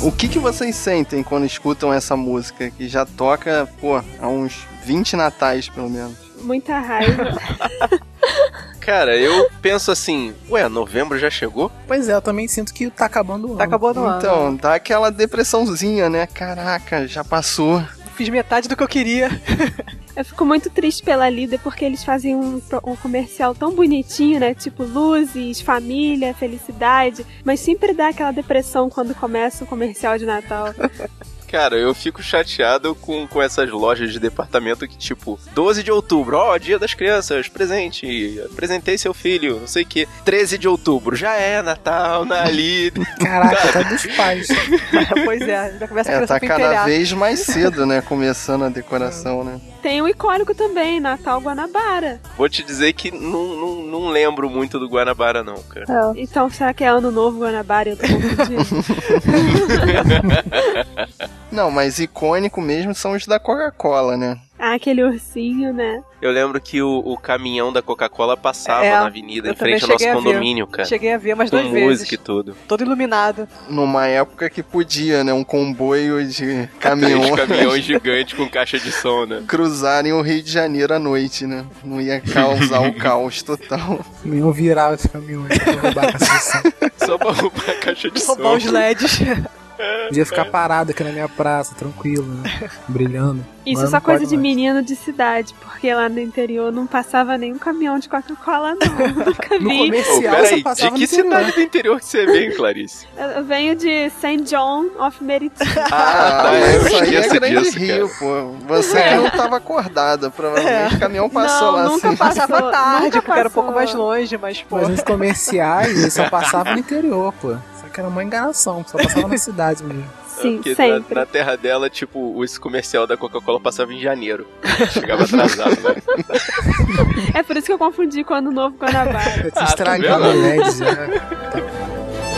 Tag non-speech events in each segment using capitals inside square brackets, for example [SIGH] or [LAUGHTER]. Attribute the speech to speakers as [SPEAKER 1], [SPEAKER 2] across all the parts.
[SPEAKER 1] O que, que vocês sentem quando escutam essa música que já toca, pô, há uns 20 natais pelo menos?
[SPEAKER 2] Muita raiva.
[SPEAKER 3] Cara, eu penso assim, ué, novembro já chegou?
[SPEAKER 4] Pois é, eu também sinto que tá acabando o ano.
[SPEAKER 5] Tá acabando o ano.
[SPEAKER 1] Então, dá aquela depressãozinha, né? Caraca, já passou.
[SPEAKER 5] Fiz metade do que eu queria.
[SPEAKER 2] Eu fico muito triste pela Lida porque eles fazem um, pro- um comercial tão bonitinho, né? Tipo luzes, família, felicidade. Mas sempre dá aquela depressão quando começa o comercial de Natal.
[SPEAKER 3] Cara, eu fico chateado com, com essas lojas de departamento que, tipo, 12 de outubro, ó, dia das crianças, presente, apresentei seu filho, não sei o que. 13 de outubro, já é Natal, Nali.
[SPEAKER 4] Caraca, tá dos pais.
[SPEAKER 5] pois é, já começa a
[SPEAKER 1] É,
[SPEAKER 5] criança
[SPEAKER 1] tá
[SPEAKER 5] a
[SPEAKER 1] cada
[SPEAKER 5] pentelhar.
[SPEAKER 1] vez mais cedo,
[SPEAKER 5] [LAUGHS]
[SPEAKER 1] né? Começando a decoração, né?
[SPEAKER 2] Tem o icônico também, Natal Guanabara.
[SPEAKER 3] Vou te dizer que não, não, não lembro muito do Guanabara, não, cara.
[SPEAKER 2] Então será que é ano novo Guanabara? e Eu tô um
[SPEAKER 4] [LAUGHS]
[SPEAKER 2] confundindo.
[SPEAKER 1] Não, mas icônico mesmo são os da Coca-Cola, né?
[SPEAKER 2] ah, aquele ursinho, né?
[SPEAKER 3] Eu lembro que o, o caminhão da Coca-Cola passava
[SPEAKER 5] É,
[SPEAKER 3] na avenida,
[SPEAKER 5] eu
[SPEAKER 3] em frente ao
[SPEAKER 5] também
[SPEAKER 3] nosso
[SPEAKER 5] cheguei a ver.
[SPEAKER 3] condomínio, cara.
[SPEAKER 5] Cheguei a ver mais
[SPEAKER 3] Com
[SPEAKER 5] duas vezes.
[SPEAKER 3] música e tudo.
[SPEAKER 5] Todo iluminado.
[SPEAKER 1] Numa época que podia, né? Um comboio
[SPEAKER 3] [LAUGHS]
[SPEAKER 1] de caminhões [LAUGHS]
[SPEAKER 3] Três caminhões gigantes com caixa de som, né?
[SPEAKER 1] cruzarem o Rio de Janeiro à noite, né? Não ia causar
[SPEAKER 3] [LAUGHS]
[SPEAKER 1] o caos total.
[SPEAKER 4] Nenhum virar os caminhões pra roubar a construção.
[SPEAKER 3] [LAUGHS] Só pra roubar a caixa de som.
[SPEAKER 5] Roubar os LEDs. [LAUGHS]
[SPEAKER 4] Podia ficar parado aqui na minha praça, tranquilo, né? Brilhando.
[SPEAKER 2] Isso
[SPEAKER 4] Mas
[SPEAKER 2] é
[SPEAKER 4] não
[SPEAKER 2] só coisa
[SPEAKER 4] pode
[SPEAKER 2] de
[SPEAKER 4] mais.
[SPEAKER 2] menino de cidade, porque lá no interior não passava nenhum caminhão de Coca-Cola,
[SPEAKER 4] [LAUGHS]
[SPEAKER 2] não. Nunca
[SPEAKER 4] No
[SPEAKER 2] vi.
[SPEAKER 3] Ô,
[SPEAKER 4] comercial
[SPEAKER 3] peraí,
[SPEAKER 4] só passava
[SPEAKER 3] de que
[SPEAKER 4] no interior.
[SPEAKER 3] cidade do interior que você vem, Clarice?
[SPEAKER 5] [LAUGHS]
[SPEAKER 2] Eu eu venho de St. John of
[SPEAKER 4] [LAUGHS]
[SPEAKER 2] Meriti.
[SPEAKER 3] Ah, tá, eu
[SPEAKER 1] isso aí é
[SPEAKER 3] esqueço
[SPEAKER 1] grande
[SPEAKER 3] disso,
[SPEAKER 1] rio, pô. Você que não tava acordada, provavelmente o caminhão passou
[SPEAKER 2] É. Não,
[SPEAKER 1] lá
[SPEAKER 2] nunca
[SPEAKER 1] assim.
[SPEAKER 5] Passava
[SPEAKER 2] Passou,
[SPEAKER 5] tarde,
[SPEAKER 2] nunca
[SPEAKER 5] porque era um pouco
[SPEAKER 2] passou.
[SPEAKER 5] mais longe, mas pô.
[SPEAKER 4] Mas nos
[SPEAKER 3] [LAUGHS]
[SPEAKER 4] comerciais, ele só passava no interior, pô. Só que era uma enganação, só passava na cidade mesmo.
[SPEAKER 2] Sim,
[SPEAKER 4] tá,
[SPEAKER 3] Porque na,
[SPEAKER 2] sempre.
[SPEAKER 3] na terra dela, tipo, esse comercial da Coca-Cola passava em janeiro. Chegava atrasado, né?
[SPEAKER 2] É por isso que eu confundi com o ano novo
[SPEAKER 5] [LAUGHS]
[SPEAKER 2] Guanabara.
[SPEAKER 4] Eu
[SPEAKER 3] tá
[SPEAKER 4] tinha estragado
[SPEAKER 3] vendo?
[SPEAKER 4] o LED já.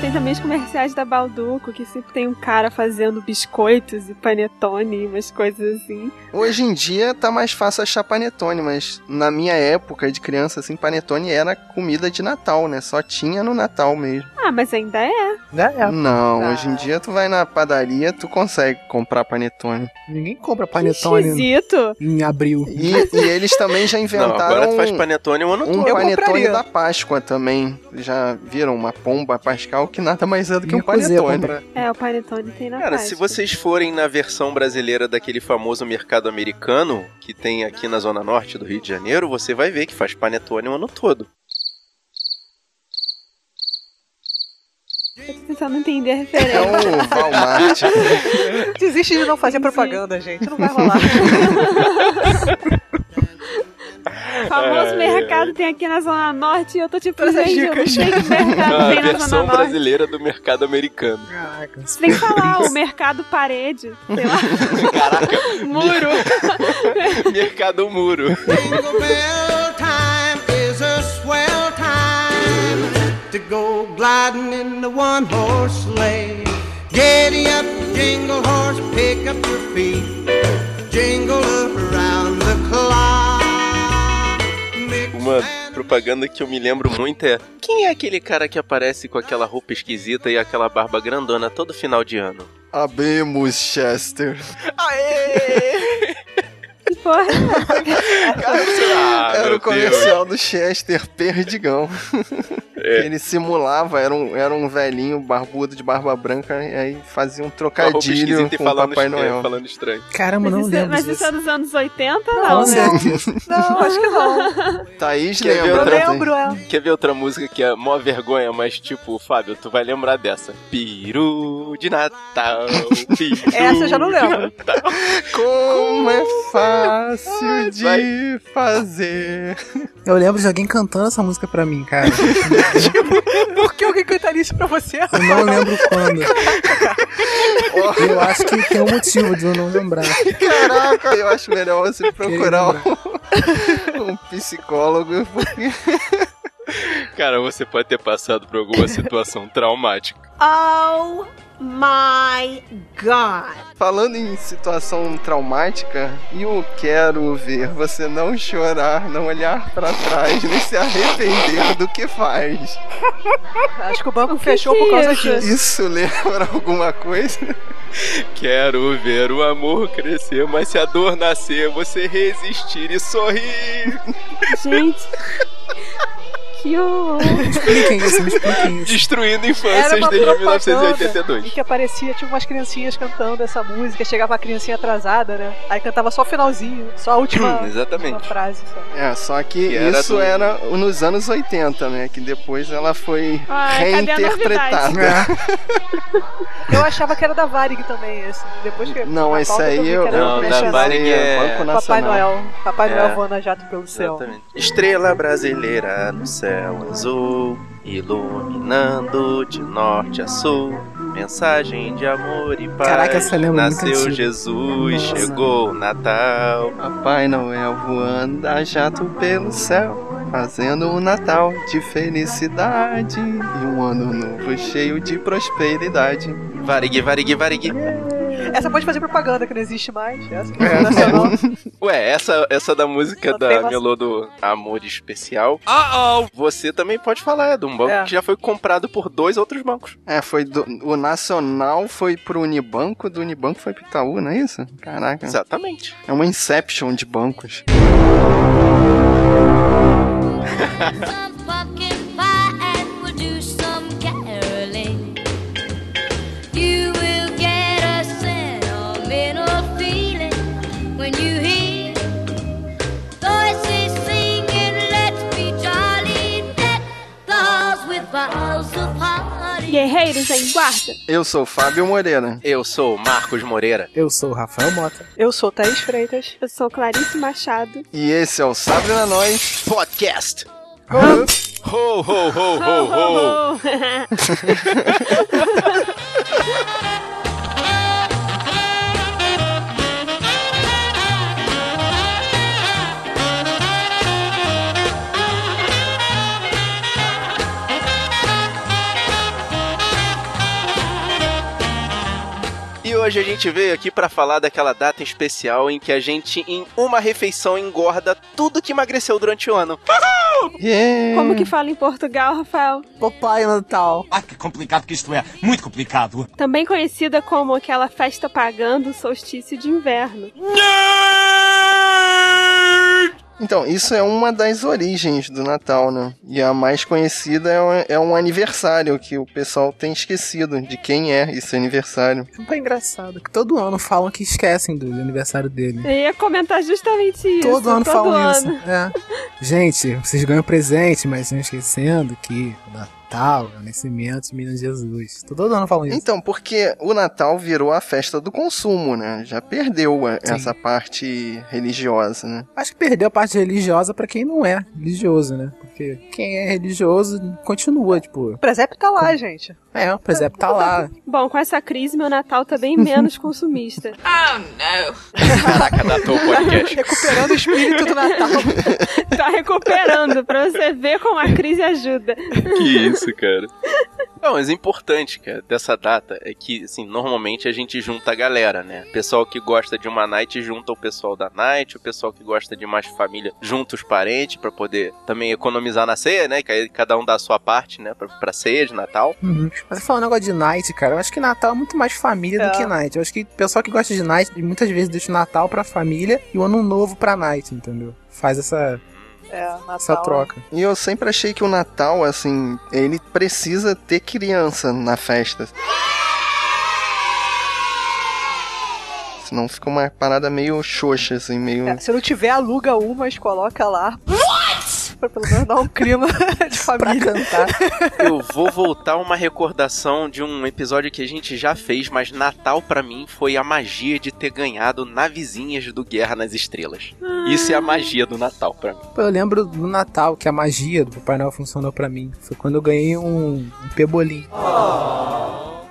[SPEAKER 2] Tem também os comerciais da Balduco, que sempre tem um cara fazendo biscoitos e panetone e umas coisas assim.
[SPEAKER 1] Hoje em dia tá mais fácil achar panetone, mas na minha época de criança, assim, panetone era comida de Natal, né? Só tinha no Natal mesmo.
[SPEAKER 2] Ah, mas ainda é.
[SPEAKER 4] Né?
[SPEAKER 1] Não,
[SPEAKER 5] Ah.
[SPEAKER 1] hoje em dia tu vai na padaria, tu consegue comprar panetone.
[SPEAKER 4] É, ninguém compra
[SPEAKER 2] Que
[SPEAKER 4] panetone
[SPEAKER 2] Esquisito.
[SPEAKER 4] em abril.
[SPEAKER 1] E, e eles também já
[SPEAKER 3] [LAUGHS] Não, agora
[SPEAKER 1] inventaram
[SPEAKER 3] tu faz panetone o ano
[SPEAKER 1] um
[SPEAKER 3] todo.
[SPEAKER 5] Eu
[SPEAKER 1] panetone
[SPEAKER 5] compraria.
[SPEAKER 1] da Páscoa também. Já viram uma pomba pascal que nada mais é do que um
[SPEAKER 4] Minha coisa é
[SPEAKER 1] panetone.
[SPEAKER 4] comprar.
[SPEAKER 2] É, o panetone tem na
[SPEAKER 3] Cara,
[SPEAKER 2] Páscoa.
[SPEAKER 3] se vocês forem na versão brasileira daquele famoso mercado americano que tem aqui na zona norte do Rio de Janeiro, você vai ver que faz panetone o ano todo.
[SPEAKER 2] Eu tô tentando entender a
[SPEAKER 3] [LAUGHS]
[SPEAKER 2] referência.
[SPEAKER 1] É o
[SPEAKER 5] [LAUGHS]
[SPEAKER 1] Walmart.
[SPEAKER 5] Desiste de não fazer
[SPEAKER 2] Sim.
[SPEAKER 5] propaganda, gente. Não vai [LAUGHS] rolar.
[SPEAKER 2] O famoso
[SPEAKER 3] É.
[SPEAKER 2] mercado tem aqui na Zona Norte e eu tô tipo,
[SPEAKER 5] Todas as
[SPEAKER 2] gente, eu não
[SPEAKER 5] dicas.
[SPEAKER 2] sei que
[SPEAKER 3] [LAUGHS]
[SPEAKER 2] mercado
[SPEAKER 3] A
[SPEAKER 2] tem na Zona
[SPEAKER 3] Ah, versão
[SPEAKER 2] Norte.
[SPEAKER 3] brasileira do mercado americano.
[SPEAKER 4] Caraca.
[SPEAKER 2] Você tem que falar o mercado parede, sei lá,
[SPEAKER 3] Caraca,
[SPEAKER 2] muro.
[SPEAKER 3] [LAUGHS] mercado muro.
[SPEAKER 6] Jingle bell time is a swell time to go gliding in the one horse sleigh. Giddy up, jingle horse, pick up your feet. Jingle around the clock. Mix
[SPEAKER 3] Uma
[SPEAKER 6] and
[SPEAKER 3] propaganda que eu me lembro muito é quem é aquele cara que aparece com aquela roupa esquisita e aquela barba grandona todo final de ano?
[SPEAKER 1] Abemos, Chester.
[SPEAKER 2] Que porra.
[SPEAKER 3] Ah,
[SPEAKER 1] era
[SPEAKER 3] meu
[SPEAKER 1] o comercial do Chester
[SPEAKER 3] [LAUGHS]
[SPEAKER 1] Perdigão.
[SPEAKER 3] É.
[SPEAKER 1] Ele simulava, era um, era um velhinho barbudo de barba branca, e aí fazia um
[SPEAKER 3] Com a roupa
[SPEAKER 1] trocadilho
[SPEAKER 3] esquisita e
[SPEAKER 1] com o
[SPEAKER 3] falando,
[SPEAKER 1] Papai
[SPEAKER 3] estranho,
[SPEAKER 1] Noel.
[SPEAKER 3] falando estranho.
[SPEAKER 4] Caramba,
[SPEAKER 2] Mas,
[SPEAKER 4] não
[SPEAKER 2] isso,
[SPEAKER 4] lembro
[SPEAKER 2] mas
[SPEAKER 4] disso.
[SPEAKER 2] isso é dos anos 80, não,
[SPEAKER 5] Não,
[SPEAKER 2] né?
[SPEAKER 5] não, acho que não.
[SPEAKER 1] Thaís
[SPEAKER 3] Quer ver
[SPEAKER 1] lembra.
[SPEAKER 5] Eu
[SPEAKER 3] outra-
[SPEAKER 1] Thaís?
[SPEAKER 5] lembro, é.
[SPEAKER 3] Quer ver outra música que é mó vergonha, mas tipo, Fábio, tu vai lembrar dessa. Peru de
[SPEAKER 5] [LAUGHS]
[SPEAKER 3] Natal, peru
[SPEAKER 5] Essa eu já não
[SPEAKER 3] de
[SPEAKER 5] lembro.
[SPEAKER 3] Natal.
[SPEAKER 1] Como é fácil de
[SPEAKER 3] Vai.
[SPEAKER 1] fazer.
[SPEAKER 4] Eu lembro de alguém cantando essa música pra mim, cara.
[SPEAKER 5] [LAUGHS] Por que alguém cantaria isso pra você?
[SPEAKER 4] Eu não lembro [LAUGHS] quando. Eu acho que tem um motivo de eu não lembrar.
[SPEAKER 1] [LAUGHS] Caraca, eu acho melhor você procurar
[SPEAKER 4] lembrar.
[SPEAKER 1] um, [LAUGHS] um psicólogo, porque
[SPEAKER 3] Cara, você pode ter passado por alguma situação traumática.
[SPEAKER 5] Au!
[SPEAKER 6] my God.
[SPEAKER 1] Falando em situação traumática, e eu quero ver você não chorar, não olhar pra trás, nem se arrepender do que faz.
[SPEAKER 5] Acho que o banco
[SPEAKER 2] O que
[SPEAKER 5] fechou
[SPEAKER 2] que
[SPEAKER 5] por causa
[SPEAKER 2] é isso?
[SPEAKER 5] disso.
[SPEAKER 1] Isso lembra alguma coisa?
[SPEAKER 3] Quero ver o amor crescer, mas se a dor nascer, você resistir e sorrir.
[SPEAKER 5] [LAUGHS]
[SPEAKER 2] Gente. Que horror.
[SPEAKER 4] Expliquem isso, me expliquem isso.
[SPEAKER 3] Destruindo
[SPEAKER 5] Era
[SPEAKER 3] infâncias
[SPEAKER 5] uma
[SPEAKER 3] desde
[SPEAKER 2] é?
[SPEAKER 5] propaganda em
[SPEAKER 3] 1982.
[SPEAKER 5] que aparecia, tipo, umas criancinhas cantando essa música. Chegava a criancinha atrasada, né? Aí cantava só o finalzinho, só a última, última
[SPEAKER 3] [CLEARS THROAT] Hum, Exatamente.
[SPEAKER 5] frase. Só.
[SPEAKER 1] É, só que
[SPEAKER 3] Que era
[SPEAKER 1] isso
[SPEAKER 3] do-
[SPEAKER 1] era nos anos 80, né? Que depois ela foi
[SPEAKER 2] Ai, cadê a
[SPEAKER 1] reinterpretada.
[SPEAKER 4] É,
[SPEAKER 5] Eu achava que era da Varig também, esse. Depois que
[SPEAKER 1] Não,
[SPEAKER 5] na
[SPEAKER 1] esse
[SPEAKER 5] pauta eu
[SPEAKER 1] aí
[SPEAKER 5] vi
[SPEAKER 1] eu,
[SPEAKER 5] que era
[SPEAKER 3] Não,
[SPEAKER 1] eu
[SPEAKER 5] da
[SPEAKER 3] da
[SPEAKER 1] pesquisei,
[SPEAKER 5] Varig.
[SPEAKER 3] Varig é
[SPEAKER 1] Banco
[SPEAKER 5] Papai
[SPEAKER 1] Nacional.
[SPEAKER 5] Noel. Papai
[SPEAKER 3] É.
[SPEAKER 5] Noel voando a jato pelo céu.
[SPEAKER 3] Exatamente. Estrela brasileira no céu azul, iluminando de norte a sul. Mensagem de amor e paz.
[SPEAKER 4] Caraca, essa lembra muito
[SPEAKER 3] Nasceu
[SPEAKER 4] antiga.
[SPEAKER 3] Jesus,
[SPEAKER 4] Nossa.
[SPEAKER 3] chegou o Natal.
[SPEAKER 1] Papai Noel voando a jato pelo céu, fazendo um Natal de felicidade e um ano novo cheio de prosperidade.
[SPEAKER 3] Varig, varig, varig.
[SPEAKER 5] Essa pode fazer propaganda que não existe mais. Essa que é nacional.
[SPEAKER 3] Ué, essa, essa da música
[SPEAKER 5] Só tem
[SPEAKER 3] da
[SPEAKER 5] uma-
[SPEAKER 3] Melô do Amor Especial. Ah, oh, Você também pode falar, é de um banco
[SPEAKER 5] É.
[SPEAKER 3] que já foi comprado por dois outros bancos.
[SPEAKER 1] É, foi do, o Nacional foi pro Unibanco, do Unibanco foi pro Itaú, não é isso? Caraca,
[SPEAKER 3] Exatamente.
[SPEAKER 1] é uma Inception de bancos.
[SPEAKER 7] a pumpkin pie and we'll do some caroling. You will get a sentimental feeling when you hear voices singing, let's be jolly, let balls with balls of party.
[SPEAKER 2] Guerreiros em guarda.
[SPEAKER 1] Eu sou o Fábio Moreira.
[SPEAKER 3] Eu sou o Marcos Moreira.
[SPEAKER 4] eu sou o Rafael Mota.
[SPEAKER 5] Eu sou Thaís Freitas.
[SPEAKER 2] Eu sou Clarice Machado.
[SPEAKER 1] E esse é o Sabrina Nós.
[SPEAKER 3] Podcast! Ho, ho, ho, ho, ho! E hoje a gente veio aqui pra falar daquela data especial em que a gente, em uma refeição, engorda tudo que emagreceu durante
[SPEAKER 1] [LAUGHS]
[SPEAKER 3] o ano.
[SPEAKER 1] Yeah.
[SPEAKER 2] Como
[SPEAKER 4] É.
[SPEAKER 2] que fala em Portugal, Rafael?
[SPEAKER 4] Papai Natal.
[SPEAKER 8] Ah, que complicado que isto é. Muito complicado.
[SPEAKER 2] Também conhecida como aquela festa pagã do solstício de inverno.
[SPEAKER 1] Então, isso é uma das origens do Natal, né? E a mais conhecida é um, é um aniversário que o pessoal tem esquecido de quem é esse aniversário.
[SPEAKER 4] É bem engraçado que todo ano falam que esquecem do aniversário dele.
[SPEAKER 2] Eu ia comentar justamente isso.
[SPEAKER 4] todo ano
[SPEAKER 2] todo
[SPEAKER 4] falam
[SPEAKER 2] ano.
[SPEAKER 4] isso. É. Gente, vocês ganham presente, mas estão esquecendo que o Natal é o nascimento de menino Jesus. Todo ano falam isso.
[SPEAKER 1] Então, porque o Natal virou a festa do consumo, né? Já perdeu a- essa parte religiosa, né?
[SPEAKER 4] Acho que perdeu a parte religiosa pra quem não é religioso, né? Porque quem é religioso continua, tipo,
[SPEAKER 5] O presépio tá lá, gente.
[SPEAKER 4] é, o presépio tá lá.
[SPEAKER 2] Bom, com essa crise, meu Natal tá bem
[SPEAKER 4] [LAUGHS]
[SPEAKER 2] menos consumista.
[SPEAKER 3] Caraca, datou o podcast.
[SPEAKER 5] Recuperando o espírito do Natal.
[SPEAKER 2] Tá recuperando, pra você ver como a crise ajuda.
[SPEAKER 3] Que isso, cara. Não, mas o importante, cara, dessa data é que, assim, normalmente a gente junta a galera, né? O pessoal que gosta de uma night junta o pessoal da night, o pessoal que gosta de mais família junta os parentes pra poder também economizar na ceia, né? Que aí cada um dá a sua parte, né? Pra, pra ceia de Natal.
[SPEAKER 4] Uhum. Mas falando um negócio de night, cara, eu acho que Natal é muito mais família
[SPEAKER 5] É.
[SPEAKER 4] do que night. Eu acho que o pessoal que gosta de night muitas vezes deixa o Natal pra família e o ano novo pra night, entendeu? Faz essa,
[SPEAKER 5] É, Natal.
[SPEAKER 4] essa troca.
[SPEAKER 1] E eu sempre achei que o Natal, assim, ele precisa ter criança na festa. Senão fica uma parada meio xoxa, assim, meio.
[SPEAKER 5] É, se não tiver, aluga uma, mas coloca lá. Pra pelo menos dar um clima de
[SPEAKER 4] Pra
[SPEAKER 5] família.
[SPEAKER 4] cantar.
[SPEAKER 3] Eu vou voltar a uma recordação de um episódio que a gente já fez, mas Natal pra mim foi a magia de ter ganhado na vizinhas do Guerra nas Estrelas. Isso é a magia do Natal pra mim.
[SPEAKER 4] Pô, [LAUGHS] Eu lembro do Natal que a magia do Papai Noel funcionou pra mim. Foi quando eu ganhei um, um pebolim.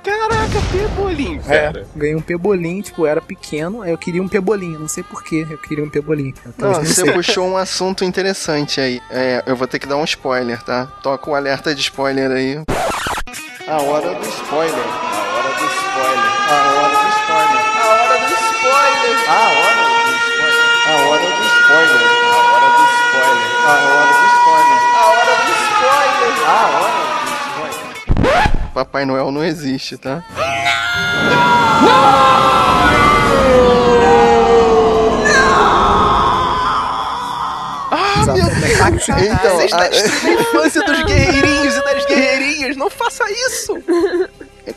[SPEAKER 3] Caraca, pebolim, cara.
[SPEAKER 4] Ganhei um pebolim, tipo, eu era pequeno, aí eu queria um pebolim. Eu Não sei porquê, eu queria um pebolim. Eu
[SPEAKER 1] Não,
[SPEAKER 4] talvez não
[SPEAKER 1] você
[SPEAKER 4] sei.
[SPEAKER 1] puxou um assunto interessante aí. É, eu vou ter que dar um spoiler, tá? Toca o alerta de spoiler aí. A hora do spoiler. A hora do A hora do spoiler.
[SPEAKER 3] A
[SPEAKER 1] A
[SPEAKER 3] hora do spoiler.
[SPEAKER 1] hora do spoiler. A hora do spoiler.
[SPEAKER 3] A hora do spoiler.
[SPEAKER 1] A hora do spoiler.
[SPEAKER 3] A hora do spoiler.
[SPEAKER 1] A hora do spoiler. Papai Noel não existe, tá?
[SPEAKER 4] Ah, meu Deus!
[SPEAKER 1] Então,
[SPEAKER 3] Você está
[SPEAKER 1] a- [LAUGHS]
[SPEAKER 3] destruindo a infância dos guerreirinhos e das guerreirinhas. Não faça isso.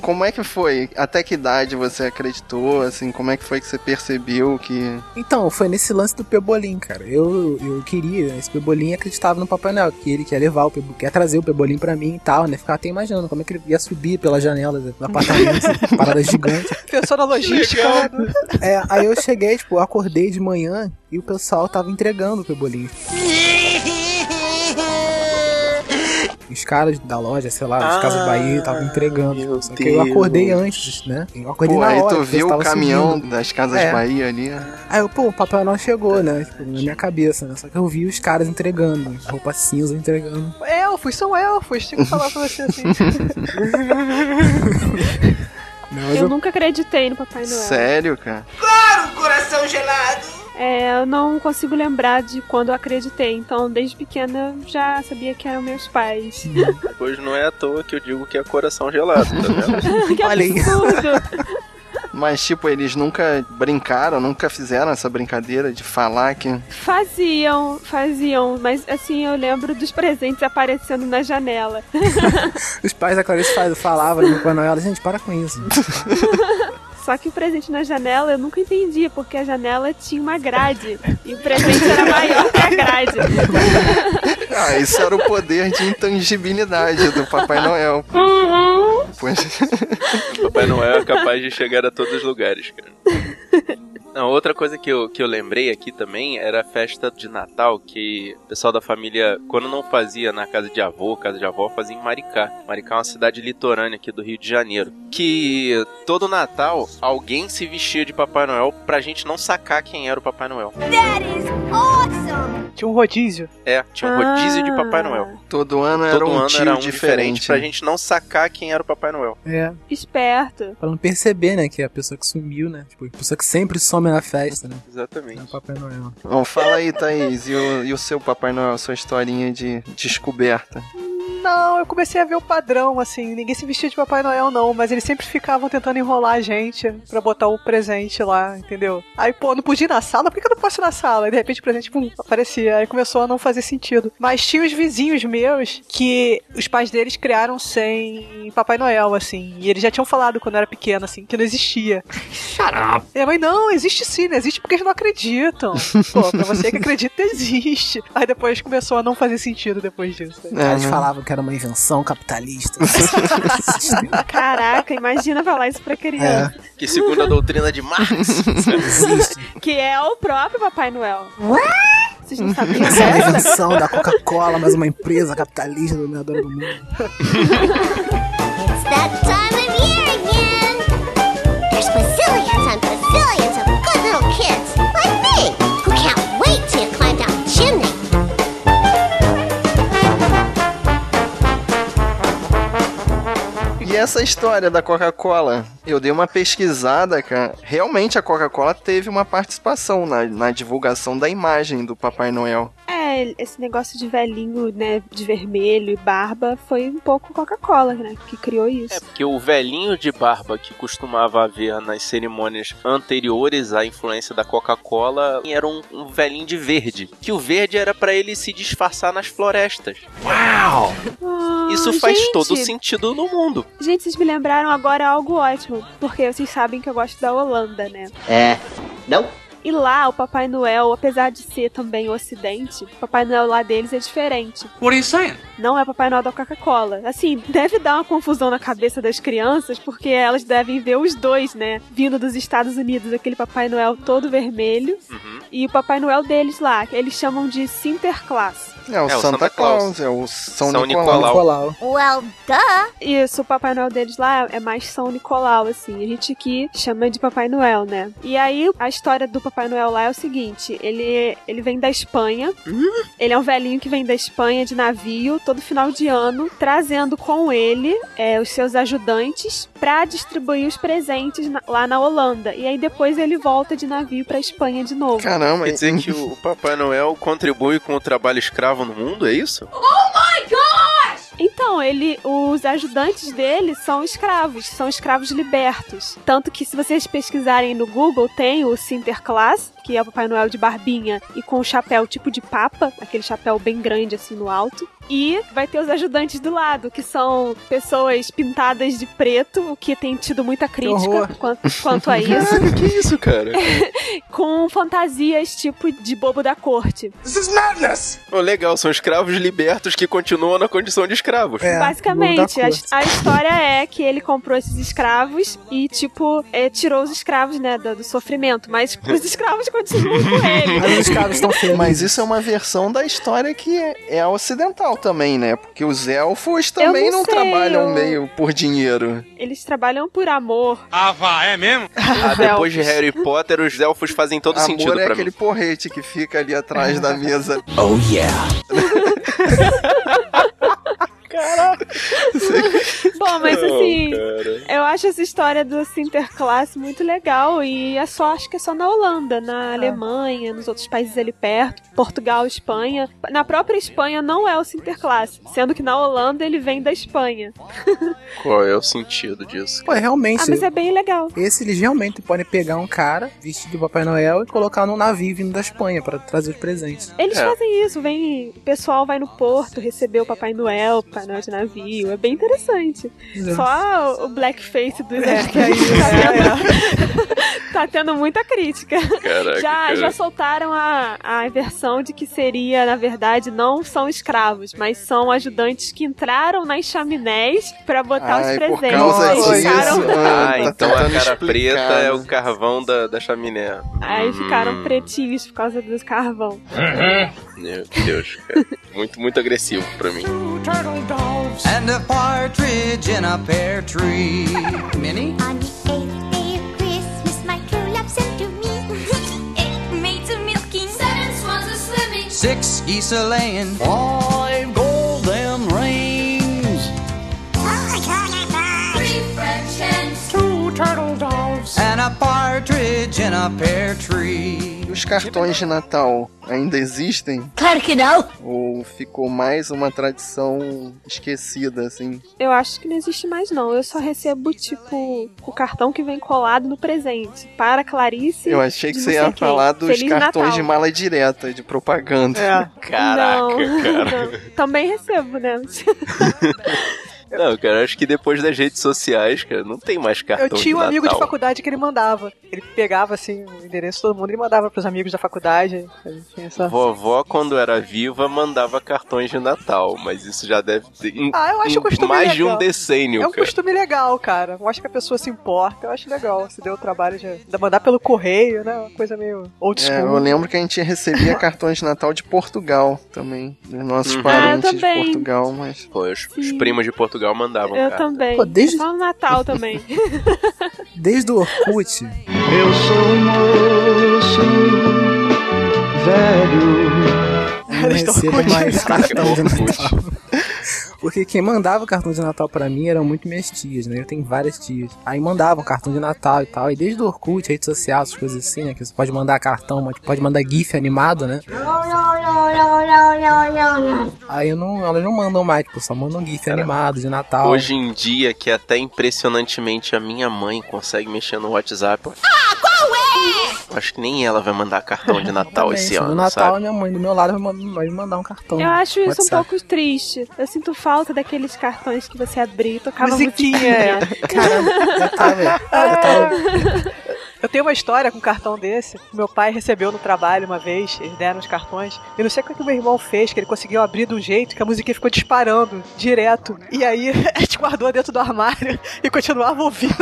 [SPEAKER 1] como é que foi? Até que idade você acreditou? Assim, como é que foi que você percebeu que.
[SPEAKER 4] Então, foi nesse lance do Pebolim, cara. Eu, eu queria, esse Pebolim acreditava no Papai Noel, que ele quer levar o Pebolim, quer trazer o Pebolim pra mim e tal, né? Ficava até imaginando como é que ele ia subir pela janela do
[SPEAKER 1] [LAUGHS]
[SPEAKER 4] apartamento, essa parada gigante.
[SPEAKER 5] Pensou na logística. né?
[SPEAKER 4] É, aí eu cheguei, tipo, eu acordei de manhã e o pessoal tava entregando
[SPEAKER 1] [LAUGHS]
[SPEAKER 4] o Pebolim. Os caras da loja, sei lá,
[SPEAKER 3] Ah,
[SPEAKER 4] dos Casas Bahia, estavam entregando.
[SPEAKER 3] meu
[SPEAKER 4] Só que eu acordei
[SPEAKER 3] Deus.
[SPEAKER 4] antes, né? Eu acordei
[SPEAKER 1] Pô,
[SPEAKER 4] na
[SPEAKER 1] aí
[SPEAKER 4] hora.
[SPEAKER 1] tu
[SPEAKER 4] porque eu
[SPEAKER 1] viu o
[SPEAKER 4] tava
[SPEAKER 1] caminhão
[SPEAKER 4] subindo.
[SPEAKER 1] das Casas
[SPEAKER 4] É.
[SPEAKER 1] Bahia ali?
[SPEAKER 4] Aí eu, pô, o Papai Noel chegou, né? Tipo, na minha cabeça, né? Só que eu vi os caras entregando, roupa cinza entregando. Né?
[SPEAKER 5] Elfos são elfos, tinha que falar pra você assim.
[SPEAKER 4] Não,
[SPEAKER 2] Eu,
[SPEAKER 4] mas eu-
[SPEAKER 2] nunca acreditei no Papai Noel.
[SPEAKER 1] Sério, cara?
[SPEAKER 2] É, eu não consigo lembrar de quando eu acreditei, então desde pequena eu já sabia que eram meus pais. [LAUGHS]
[SPEAKER 3] Pois não é à toa que eu digo que é coração gelado, tá vendo? [LAUGHS]
[SPEAKER 2] que
[SPEAKER 4] Olha aí.
[SPEAKER 2] absurdo!
[SPEAKER 1] Mas, tipo, eles nunca brincaram, nunca fizeram essa brincadeira de falar que.
[SPEAKER 2] faziam, faziam, mas assim, eu lembro dos presentes aparecendo na janela.
[SPEAKER 4] os pais da Clarice fa- falavam no Papai Noel, gente, para com isso.
[SPEAKER 2] Só que o presente na janela eu nunca entendia, porque a janela tinha uma grade. E o presente era maior que a grade.
[SPEAKER 1] Ah, isso era o poder de intangibilidade do Papai Noel. Pois...
[SPEAKER 3] Papai Noel é capaz de chegar a todos os lugares, cara. Não, outra coisa que eu, que eu lembrei aqui também era a festa de Natal que o pessoal da família, quando não fazia na casa de avô, casa de avó, fazia em Maricá. Maricá é uma cidade litorânea aqui do Rio de Janeiro. Que todo Natal alguém se vestia de Papai Noel pra gente não sacar quem era o Papai Noel.
[SPEAKER 5] Tinha um rodízio.
[SPEAKER 3] É, tinha um [LAUGHS] rodízio de Papai Noel.
[SPEAKER 2] Ah,
[SPEAKER 1] Todo ano era
[SPEAKER 3] Todo
[SPEAKER 1] um
[SPEAKER 3] ano
[SPEAKER 1] tio
[SPEAKER 3] era um
[SPEAKER 1] diferente.
[SPEAKER 3] diferente, pra gente não sacar quem era o Papai Noel.
[SPEAKER 4] É,
[SPEAKER 2] Esperto.
[SPEAKER 4] pra não perceber, né, que é a pessoa que sumiu, né? Tipo, a pessoa que sempre some na festa, né? É o
[SPEAKER 3] Exatamente.
[SPEAKER 4] Papai Noel.
[SPEAKER 1] Bom, fala aí, Thaís, e o, e o seu Papai Noel, sua historinha de descoberta?
[SPEAKER 5] Não, eu comecei a ver o padrão, assim, ninguém se vestia de Papai Noel, não, mas eles sempre ficavam tentando enrolar a gente pra botar o presente lá, entendeu? Aí, pô, não podia ir na sala, por que que eu não posso ir na sala? Aí, de repente, o presente, pum, aparecia. Aí começou a não fazer sentido. Mas tinha os vizinhos meus que os pais deles criaram sem Papai Noel, assim, e eles já tinham falado quando eu era pequena, assim, que não existia. E minha mãe, não, existe sim, não existe porque eles não acreditam. Pô, pra você que acredita, existe. Aí depois começou a não fazer sentido depois disso.
[SPEAKER 1] É,
[SPEAKER 4] Eles
[SPEAKER 1] né?
[SPEAKER 4] falavam que era uma invenção capitalista.
[SPEAKER 2] Caraca, imagina falar isso pra
[SPEAKER 4] é,
[SPEAKER 2] criança.
[SPEAKER 3] Que segundo a doutrina de [LAUGHS] Marx,
[SPEAKER 4] existe.
[SPEAKER 2] Que é o próprio Papai Noel. Vocês não sabiam
[SPEAKER 4] [LAUGHS] Essa é uma
[SPEAKER 2] dessa?
[SPEAKER 4] invenção da Coca-Cola, mas uma empresa capitalista dominadora do mundo.
[SPEAKER 7] It's that time of year again. There's bazillions and bazillions of good little kids like me who can't wait till you climb down the chimney.
[SPEAKER 1] E essa história da Coca-Cola? Eu dei uma pesquisada, cara. Realmente a Coca-Cola teve uma participação na, na divulgação da imagem do Papai Noel.
[SPEAKER 2] É, esse negócio de velhinho, né, de vermelho e barba foi um pouco Coca-Cola, né, que criou
[SPEAKER 3] É
[SPEAKER 2] isso.
[SPEAKER 3] porque o velhinho de barba que costumava haver nas cerimônias anteriores à influência da Coca-Cola era um, um velhinho de verde. Que o verde era pra ele se disfarçar nas florestas.
[SPEAKER 2] Ah,
[SPEAKER 3] É, Isso faz
[SPEAKER 2] gente,
[SPEAKER 3] todo sentido no mundo.
[SPEAKER 2] Gente, vocês me lembraram agora algo ótimo, porque vocês sabem que eu gosto da Holanda, né?
[SPEAKER 6] É. Não?
[SPEAKER 2] E lá, o Papai Noel, apesar de ser também o ocidente, o Papai Noel lá deles é diferente.
[SPEAKER 8] What are you saying?
[SPEAKER 2] Não é Papai Noel da Coca-Cola. Assim, [LAUGHS] deve dar uma confusão na cabeça das crianças, porque elas devem ver os dois, né? Vindo dos Estados Unidos, aquele Papai Noel todo vermelho.
[SPEAKER 3] Uhum.
[SPEAKER 2] e o Papai Noel deles lá, que eles chamam de Sinterklaas.
[SPEAKER 1] É o, Santa, Claus, é o São,
[SPEAKER 3] São
[SPEAKER 1] Nicolau.
[SPEAKER 3] Nicolau.
[SPEAKER 4] Nicolau.
[SPEAKER 7] Well, duh.
[SPEAKER 2] Isso, o Papai Noel deles lá é mais São Nicolau, assim. A gente aqui chama de Papai Noel, né? E aí, a história do Papai Noel lá é o seguinte: ele, ele vem da Espanha. Ele é um velhinho que vem da Espanha de navio todo final de ano, trazendo com ele é, os seus ajudantes pra distribuir os presentes na- lá na Holanda. E aí depois ele volta de navio pra Espanha de novo.
[SPEAKER 1] Caramba,
[SPEAKER 3] Quer dizer que o Papai Noel contribui com o trabalho escravo no mundo, é isso?
[SPEAKER 2] Então, ele, os ajudantes dele são escravos, são escravos libertos. Tanto que se vocês pesquisarem no Google, tem o Sinterklaas, que é o Papai Noel de barbinha e com o chapéu tipo de papa, aquele chapéu bem grande assim no alto. E vai ter os ajudantes do lado, que são pessoas pintadas de preto, o que tem tido muita crítica
[SPEAKER 4] horror.
[SPEAKER 2] quan- quanto a isso,
[SPEAKER 3] Caralho, que é isso, cara?
[SPEAKER 2] com fantasias tipo de bobo da corte.
[SPEAKER 3] Pô, legal, são escravos libertos que continuam na condição de escravos.
[SPEAKER 4] É, muda
[SPEAKER 2] Basicamente,
[SPEAKER 4] a
[SPEAKER 2] a,
[SPEAKER 4] cor.
[SPEAKER 2] a história é que ele comprou esses escravos e, tipo, é, tirou os escravos, né, do, do sofrimento. Mas [LAUGHS] os escravos continuam com
[SPEAKER 3] [LAUGHS]
[SPEAKER 2] ele.
[SPEAKER 4] Mas os caras estão felizes.
[SPEAKER 1] Mas isso é uma versão da história que é é ocidental também, né? Porque os elfos também não,
[SPEAKER 2] não sei,
[SPEAKER 1] trabalham
[SPEAKER 2] eu-
[SPEAKER 1] meio por dinheiro.
[SPEAKER 2] Eles trabalham por amor.
[SPEAKER 8] Ah, vá, é mesmo?
[SPEAKER 3] Ah, depois de Harry Potter, os elfos fazem todo
[SPEAKER 1] Amor
[SPEAKER 3] sentido
[SPEAKER 1] é
[SPEAKER 3] pra
[SPEAKER 1] aquele
[SPEAKER 3] mim.
[SPEAKER 1] porrete que fica ali atrás da
[SPEAKER 2] [LAUGHS]
[SPEAKER 1] mesa.
[SPEAKER 8] Oh, yeah.
[SPEAKER 2] Bom, mas
[SPEAKER 3] Não,
[SPEAKER 2] assim,
[SPEAKER 3] cara.
[SPEAKER 2] eu acho essa história do Sinterklaas muito legal. E é só, acho que é só na Holanda, na Alemanha, nos outros países ali perto, Portugal, Espanha. Na própria Espanha não é o Sinterklaas, sendo que na Holanda ele vem da Espanha.
[SPEAKER 3] Qual é o sentido disso?
[SPEAKER 4] Pô, realmente.
[SPEAKER 2] Ah, mas é bem legal.
[SPEAKER 4] Esse eles realmente podem pegar um cara vestido de Papai Noel e colocar num navio vindo da Espanha pra trazer os presentes.
[SPEAKER 2] Eles
[SPEAKER 3] É.
[SPEAKER 2] fazem isso, vem. O pessoal vai no porto receber o Papai Noel, Papai Noel de navio. É bem interessante. Só o blackface [LAUGHS]
[SPEAKER 5] É, [LAUGHS]
[SPEAKER 2] dos artistas tá, tendo, tá tendo muita crítica.
[SPEAKER 1] Tá
[SPEAKER 3] Caraca,
[SPEAKER 2] já,
[SPEAKER 3] cara.
[SPEAKER 2] já soltaram a, a versão de que seria, na verdade, não são escravos, mas são ajudantes que entraram nas chaminés pra botar os
[SPEAKER 1] Ai, por
[SPEAKER 2] presentes.
[SPEAKER 1] causa
[SPEAKER 2] Eles ficaram-
[SPEAKER 1] disso.
[SPEAKER 3] Ah,
[SPEAKER 1] tá
[SPEAKER 3] então a
[SPEAKER 1] tentando
[SPEAKER 3] cara
[SPEAKER 1] explicar,
[SPEAKER 3] preta é
[SPEAKER 1] né?
[SPEAKER 3] o carvão da, da chaminé.
[SPEAKER 2] Aí
[SPEAKER 3] Hum,
[SPEAKER 2] ficaram pretinhos por causa do carvão.
[SPEAKER 3] Meu Deus, cara. Muito, muito agressivo pra mim.
[SPEAKER 6] And a partridge in a pear tree. Minnie?
[SPEAKER 7] On the eighth day of Christmas, my true love sent to me [LAUGHS] eight maids a milking, seven swans a swimming.
[SPEAKER 6] Six geese a laying. Five golden rings.
[SPEAKER 7] Oh, Three French hens.
[SPEAKER 6] And a partridge in a pear tree.
[SPEAKER 1] E os cartões de Natal ainda existem?
[SPEAKER 7] Claro que não!
[SPEAKER 1] Ou ficou mais uma tradição esquecida, assim?
[SPEAKER 2] Eu acho que não existe mais, não. Eu só recebo, tipo, o cartão que vem colado no presente. Para Clarice.
[SPEAKER 1] Eu achei que
[SPEAKER 2] de
[SPEAKER 1] você
[SPEAKER 2] não sei
[SPEAKER 1] ia
[SPEAKER 2] quem.
[SPEAKER 1] falar dos
[SPEAKER 2] Feliz
[SPEAKER 1] cartões
[SPEAKER 2] Natal.
[SPEAKER 1] de mala direta, de propaganda.
[SPEAKER 5] É.
[SPEAKER 3] Caraca,
[SPEAKER 2] não,
[SPEAKER 3] cara.
[SPEAKER 2] [LAUGHS] não. Também recebo, né?
[SPEAKER 3] Não, cara, acho que depois das redes sociais, cara, não tem mais cartão
[SPEAKER 5] Eu tinha um amigo de
[SPEAKER 3] Então, Natal.
[SPEAKER 5] faculdade que ele mandava. Ele pegava, assim, o endereço de todo mundo e mandava pros amigos da faculdade. Ele tinha essa-
[SPEAKER 3] Vovó, quando era viva, mandava cartões de Natal, mas isso já deve ter em-
[SPEAKER 5] Ah, eu acho
[SPEAKER 3] em
[SPEAKER 5] o costume
[SPEAKER 3] mais
[SPEAKER 5] legal.
[SPEAKER 3] de um decênio,
[SPEAKER 5] É um
[SPEAKER 3] cara.
[SPEAKER 5] costume legal, cara. Mostra que a pessoa se importa. Eu acho legal. Se deu o trabalho de ainda mandar pelo correio, né? Uma coisa meio old
[SPEAKER 1] É, eu
[SPEAKER 5] school.
[SPEAKER 1] lembro que a gente
[SPEAKER 2] [LAUGHS]
[SPEAKER 1] recebia cartões de Natal de Portugal também. Dos nossos
[SPEAKER 3] Uhum.
[SPEAKER 1] parentes
[SPEAKER 2] Ah, eu também.
[SPEAKER 1] de Portugal, mas.
[SPEAKER 3] Pô, os, os
[SPEAKER 2] Sim.
[SPEAKER 3] primos de Portugal
[SPEAKER 2] [LAUGHS]
[SPEAKER 3] mandavam,
[SPEAKER 2] Eu
[SPEAKER 3] cara.
[SPEAKER 2] também.
[SPEAKER 4] Pô, desde-
[SPEAKER 2] Só no
[SPEAKER 4] [LAUGHS]
[SPEAKER 2] Natal também.
[SPEAKER 4] Desde o Orkut,
[SPEAKER 9] Eu sou um moço velho.
[SPEAKER 4] não
[SPEAKER 5] estão
[SPEAKER 4] recebo
[SPEAKER 5] curtindo.
[SPEAKER 4] é mais cartão de
[SPEAKER 3] Orkut.
[SPEAKER 4] Natal. Porque quem mandava cartão de Natal pra mim eram muito minhas tias, né? Eu tenho várias tias. Aí mandavam cartão de Natal e tal. E desde o Orkut, rede social, essas coisas assim, né? Que você pode mandar cartão, mas pode mandar GIF animado, né? Aí eu não, elas não mandam mais, tipo, só mandam GIF animado de Natal.
[SPEAKER 3] Hoje em dia, que até impressionantemente a minha mãe consegue mexer no WhatsApp. Acho que nem ela vai mandar cartão de é Natal
[SPEAKER 4] Também,
[SPEAKER 3] esse
[SPEAKER 4] assim,
[SPEAKER 3] ano,
[SPEAKER 4] No Natal,
[SPEAKER 3] sabe?
[SPEAKER 4] minha mãe do meu lado vai man- vai me mandar
[SPEAKER 2] [LAUGHS]
[SPEAKER 4] um cartão.
[SPEAKER 2] Eu acho isso um
[SPEAKER 4] WhatsApp.
[SPEAKER 2] pouco triste. Eu sinto falta daqueles cartões que você abria e tocava
[SPEAKER 5] Musiquinha.
[SPEAKER 2] musiquinha.
[SPEAKER 4] Cara, eu tava, eu tava
[SPEAKER 5] Eu tenho uma história com um cartão desse. Meu pai recebeu no trabalho uma vez, eles deram os cartões. Eu não sei o que o meu irmão fez, que ele conseguiu abrir de um jeito que a musiquinha ficou disparando direto. E aí [LAUGHS] a gente guardou dentro do armário e continuava ouvindo.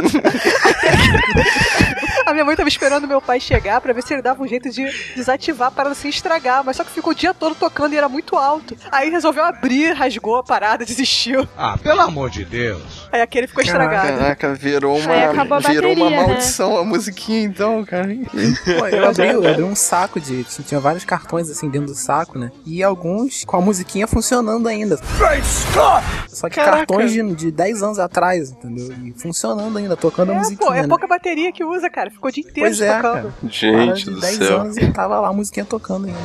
[SPEAKER 5] A minha mãe tava esperando meu pai chegar pra ver se ele dava um jeito de desativar para não se estragar, mas só que ficou o dia todo tocando e era muito alto. Aí resolveu abrir, rasgou a parada, desistiu.
[SPEAKER 10] Ah, pelo amor de Deus.
[SPEAKER 5] Aí aquele ficou estragado.
[SPEAKER 1] Caraca, virou uma,
[SPEAKER 2] Aí acabou a
[SPEAKER 1] virou uma
[SPEAKER 2] bateria, né?
[SPEAKER 1] maldição a musiquinha então, cara.
[SPEAKER 4] Pô, eu abri, eu abri um saco de. Tinha vários cartões assim dentro do saco, né? E alguns com a musiquinha funcionando ainda. Só que
[SPEAKER 1] Caraca.
[SPEAKER 4] cartões de, de 10 anos atrás, entendeu? E funcionando ainda, tocando a
[SPEAKER 5] É,
[SPEAKER 4] musiquinha.
[SPEAKER 5] pô, é
[SPEAKER 4] né?
[SPEAKER 5] pouca bateria que usa, cara. Ficou o dia inteiro
[SPEAKER 4] Pois é,
[SPEAKER 5] tocando.
[SPEAKER 4] cara. Cara
[SPEAKER 3] Gente
[SPEAKER 4] de
[SPEAKER 3] do
[SPEAKER 4] 10
[SPEAKER 3] céu.
[SPEAKER 4] anos e tava lá a musiquinha tocando ainda.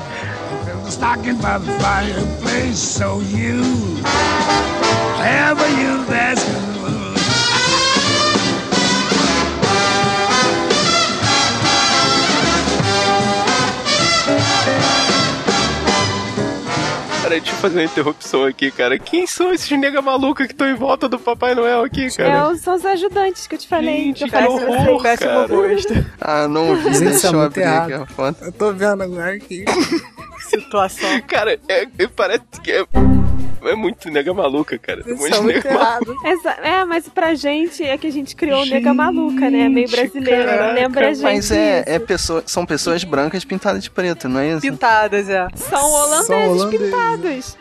[SPEAKER 3] Cara, deixa eu fazer uma interrupção aqui, cara. Quem são esses nega maluca que estão em volta do Papai Noel aqui,
[SPEAKER 2] É,
[SPEAKER 3] cara?
[SPEAKER 2] os- são os ajudantes que eu te falei.
[SPEAKER 3] Gente,
[SPEAKER 2] que eu
[SPEAKER 3] que
[SPEAKER 2] falei pra vocês.
[SPEAKER 3] horror,
[SPEAKER 5] Péssimo
[SPEAKER 3] cara.
[SPEAKER 5] gosto.
[SPEAKER 3] [LAUGHS]
[SPEAKER 1] Ah, não vi,
[SPEAKER 4] Gente,
[SPEAKER 1] deixa
[SPEAKER 4] é
[SPEAKER 1] eu
[SPEAKER 4] muito
[SPEAKER 1] abrir
[SPEAKER 4] errado.
[SPEAKER 1] aqui a foto.
[SPEAKER 4] Eu tô vendo agora
[SPEAKER 3] [LAUGHS]
[SPEAKER 4] que.
[SPEAKER 5] Situação.
[SPEAKER 3] Cara, é, é- parece que é, é muito nega maluca, cara.
[SPEAKER 2] é
[SPEAKER 3] Tem um monte de nega maluca.
[SPEAKER 2] Exa- é, mas pra gente é que a gente criou o nega maluca, né? Meio brasileiro,
[SPEAKER 3] caraca,
[SPEAKER 2] lembra a gente.
[SPEAKER 1] Mas é, é
[SPEAKER 2] disso.
[SPEAKER 1] pessoa, são pessoas brancas pintadas de preto, não é isso?
[SPEAKER 5] Pintadas, é.
[SPEAKER 2] São holandeses
[SPEAKER 4] São holandeses.
[SPEAKER 2] pintados.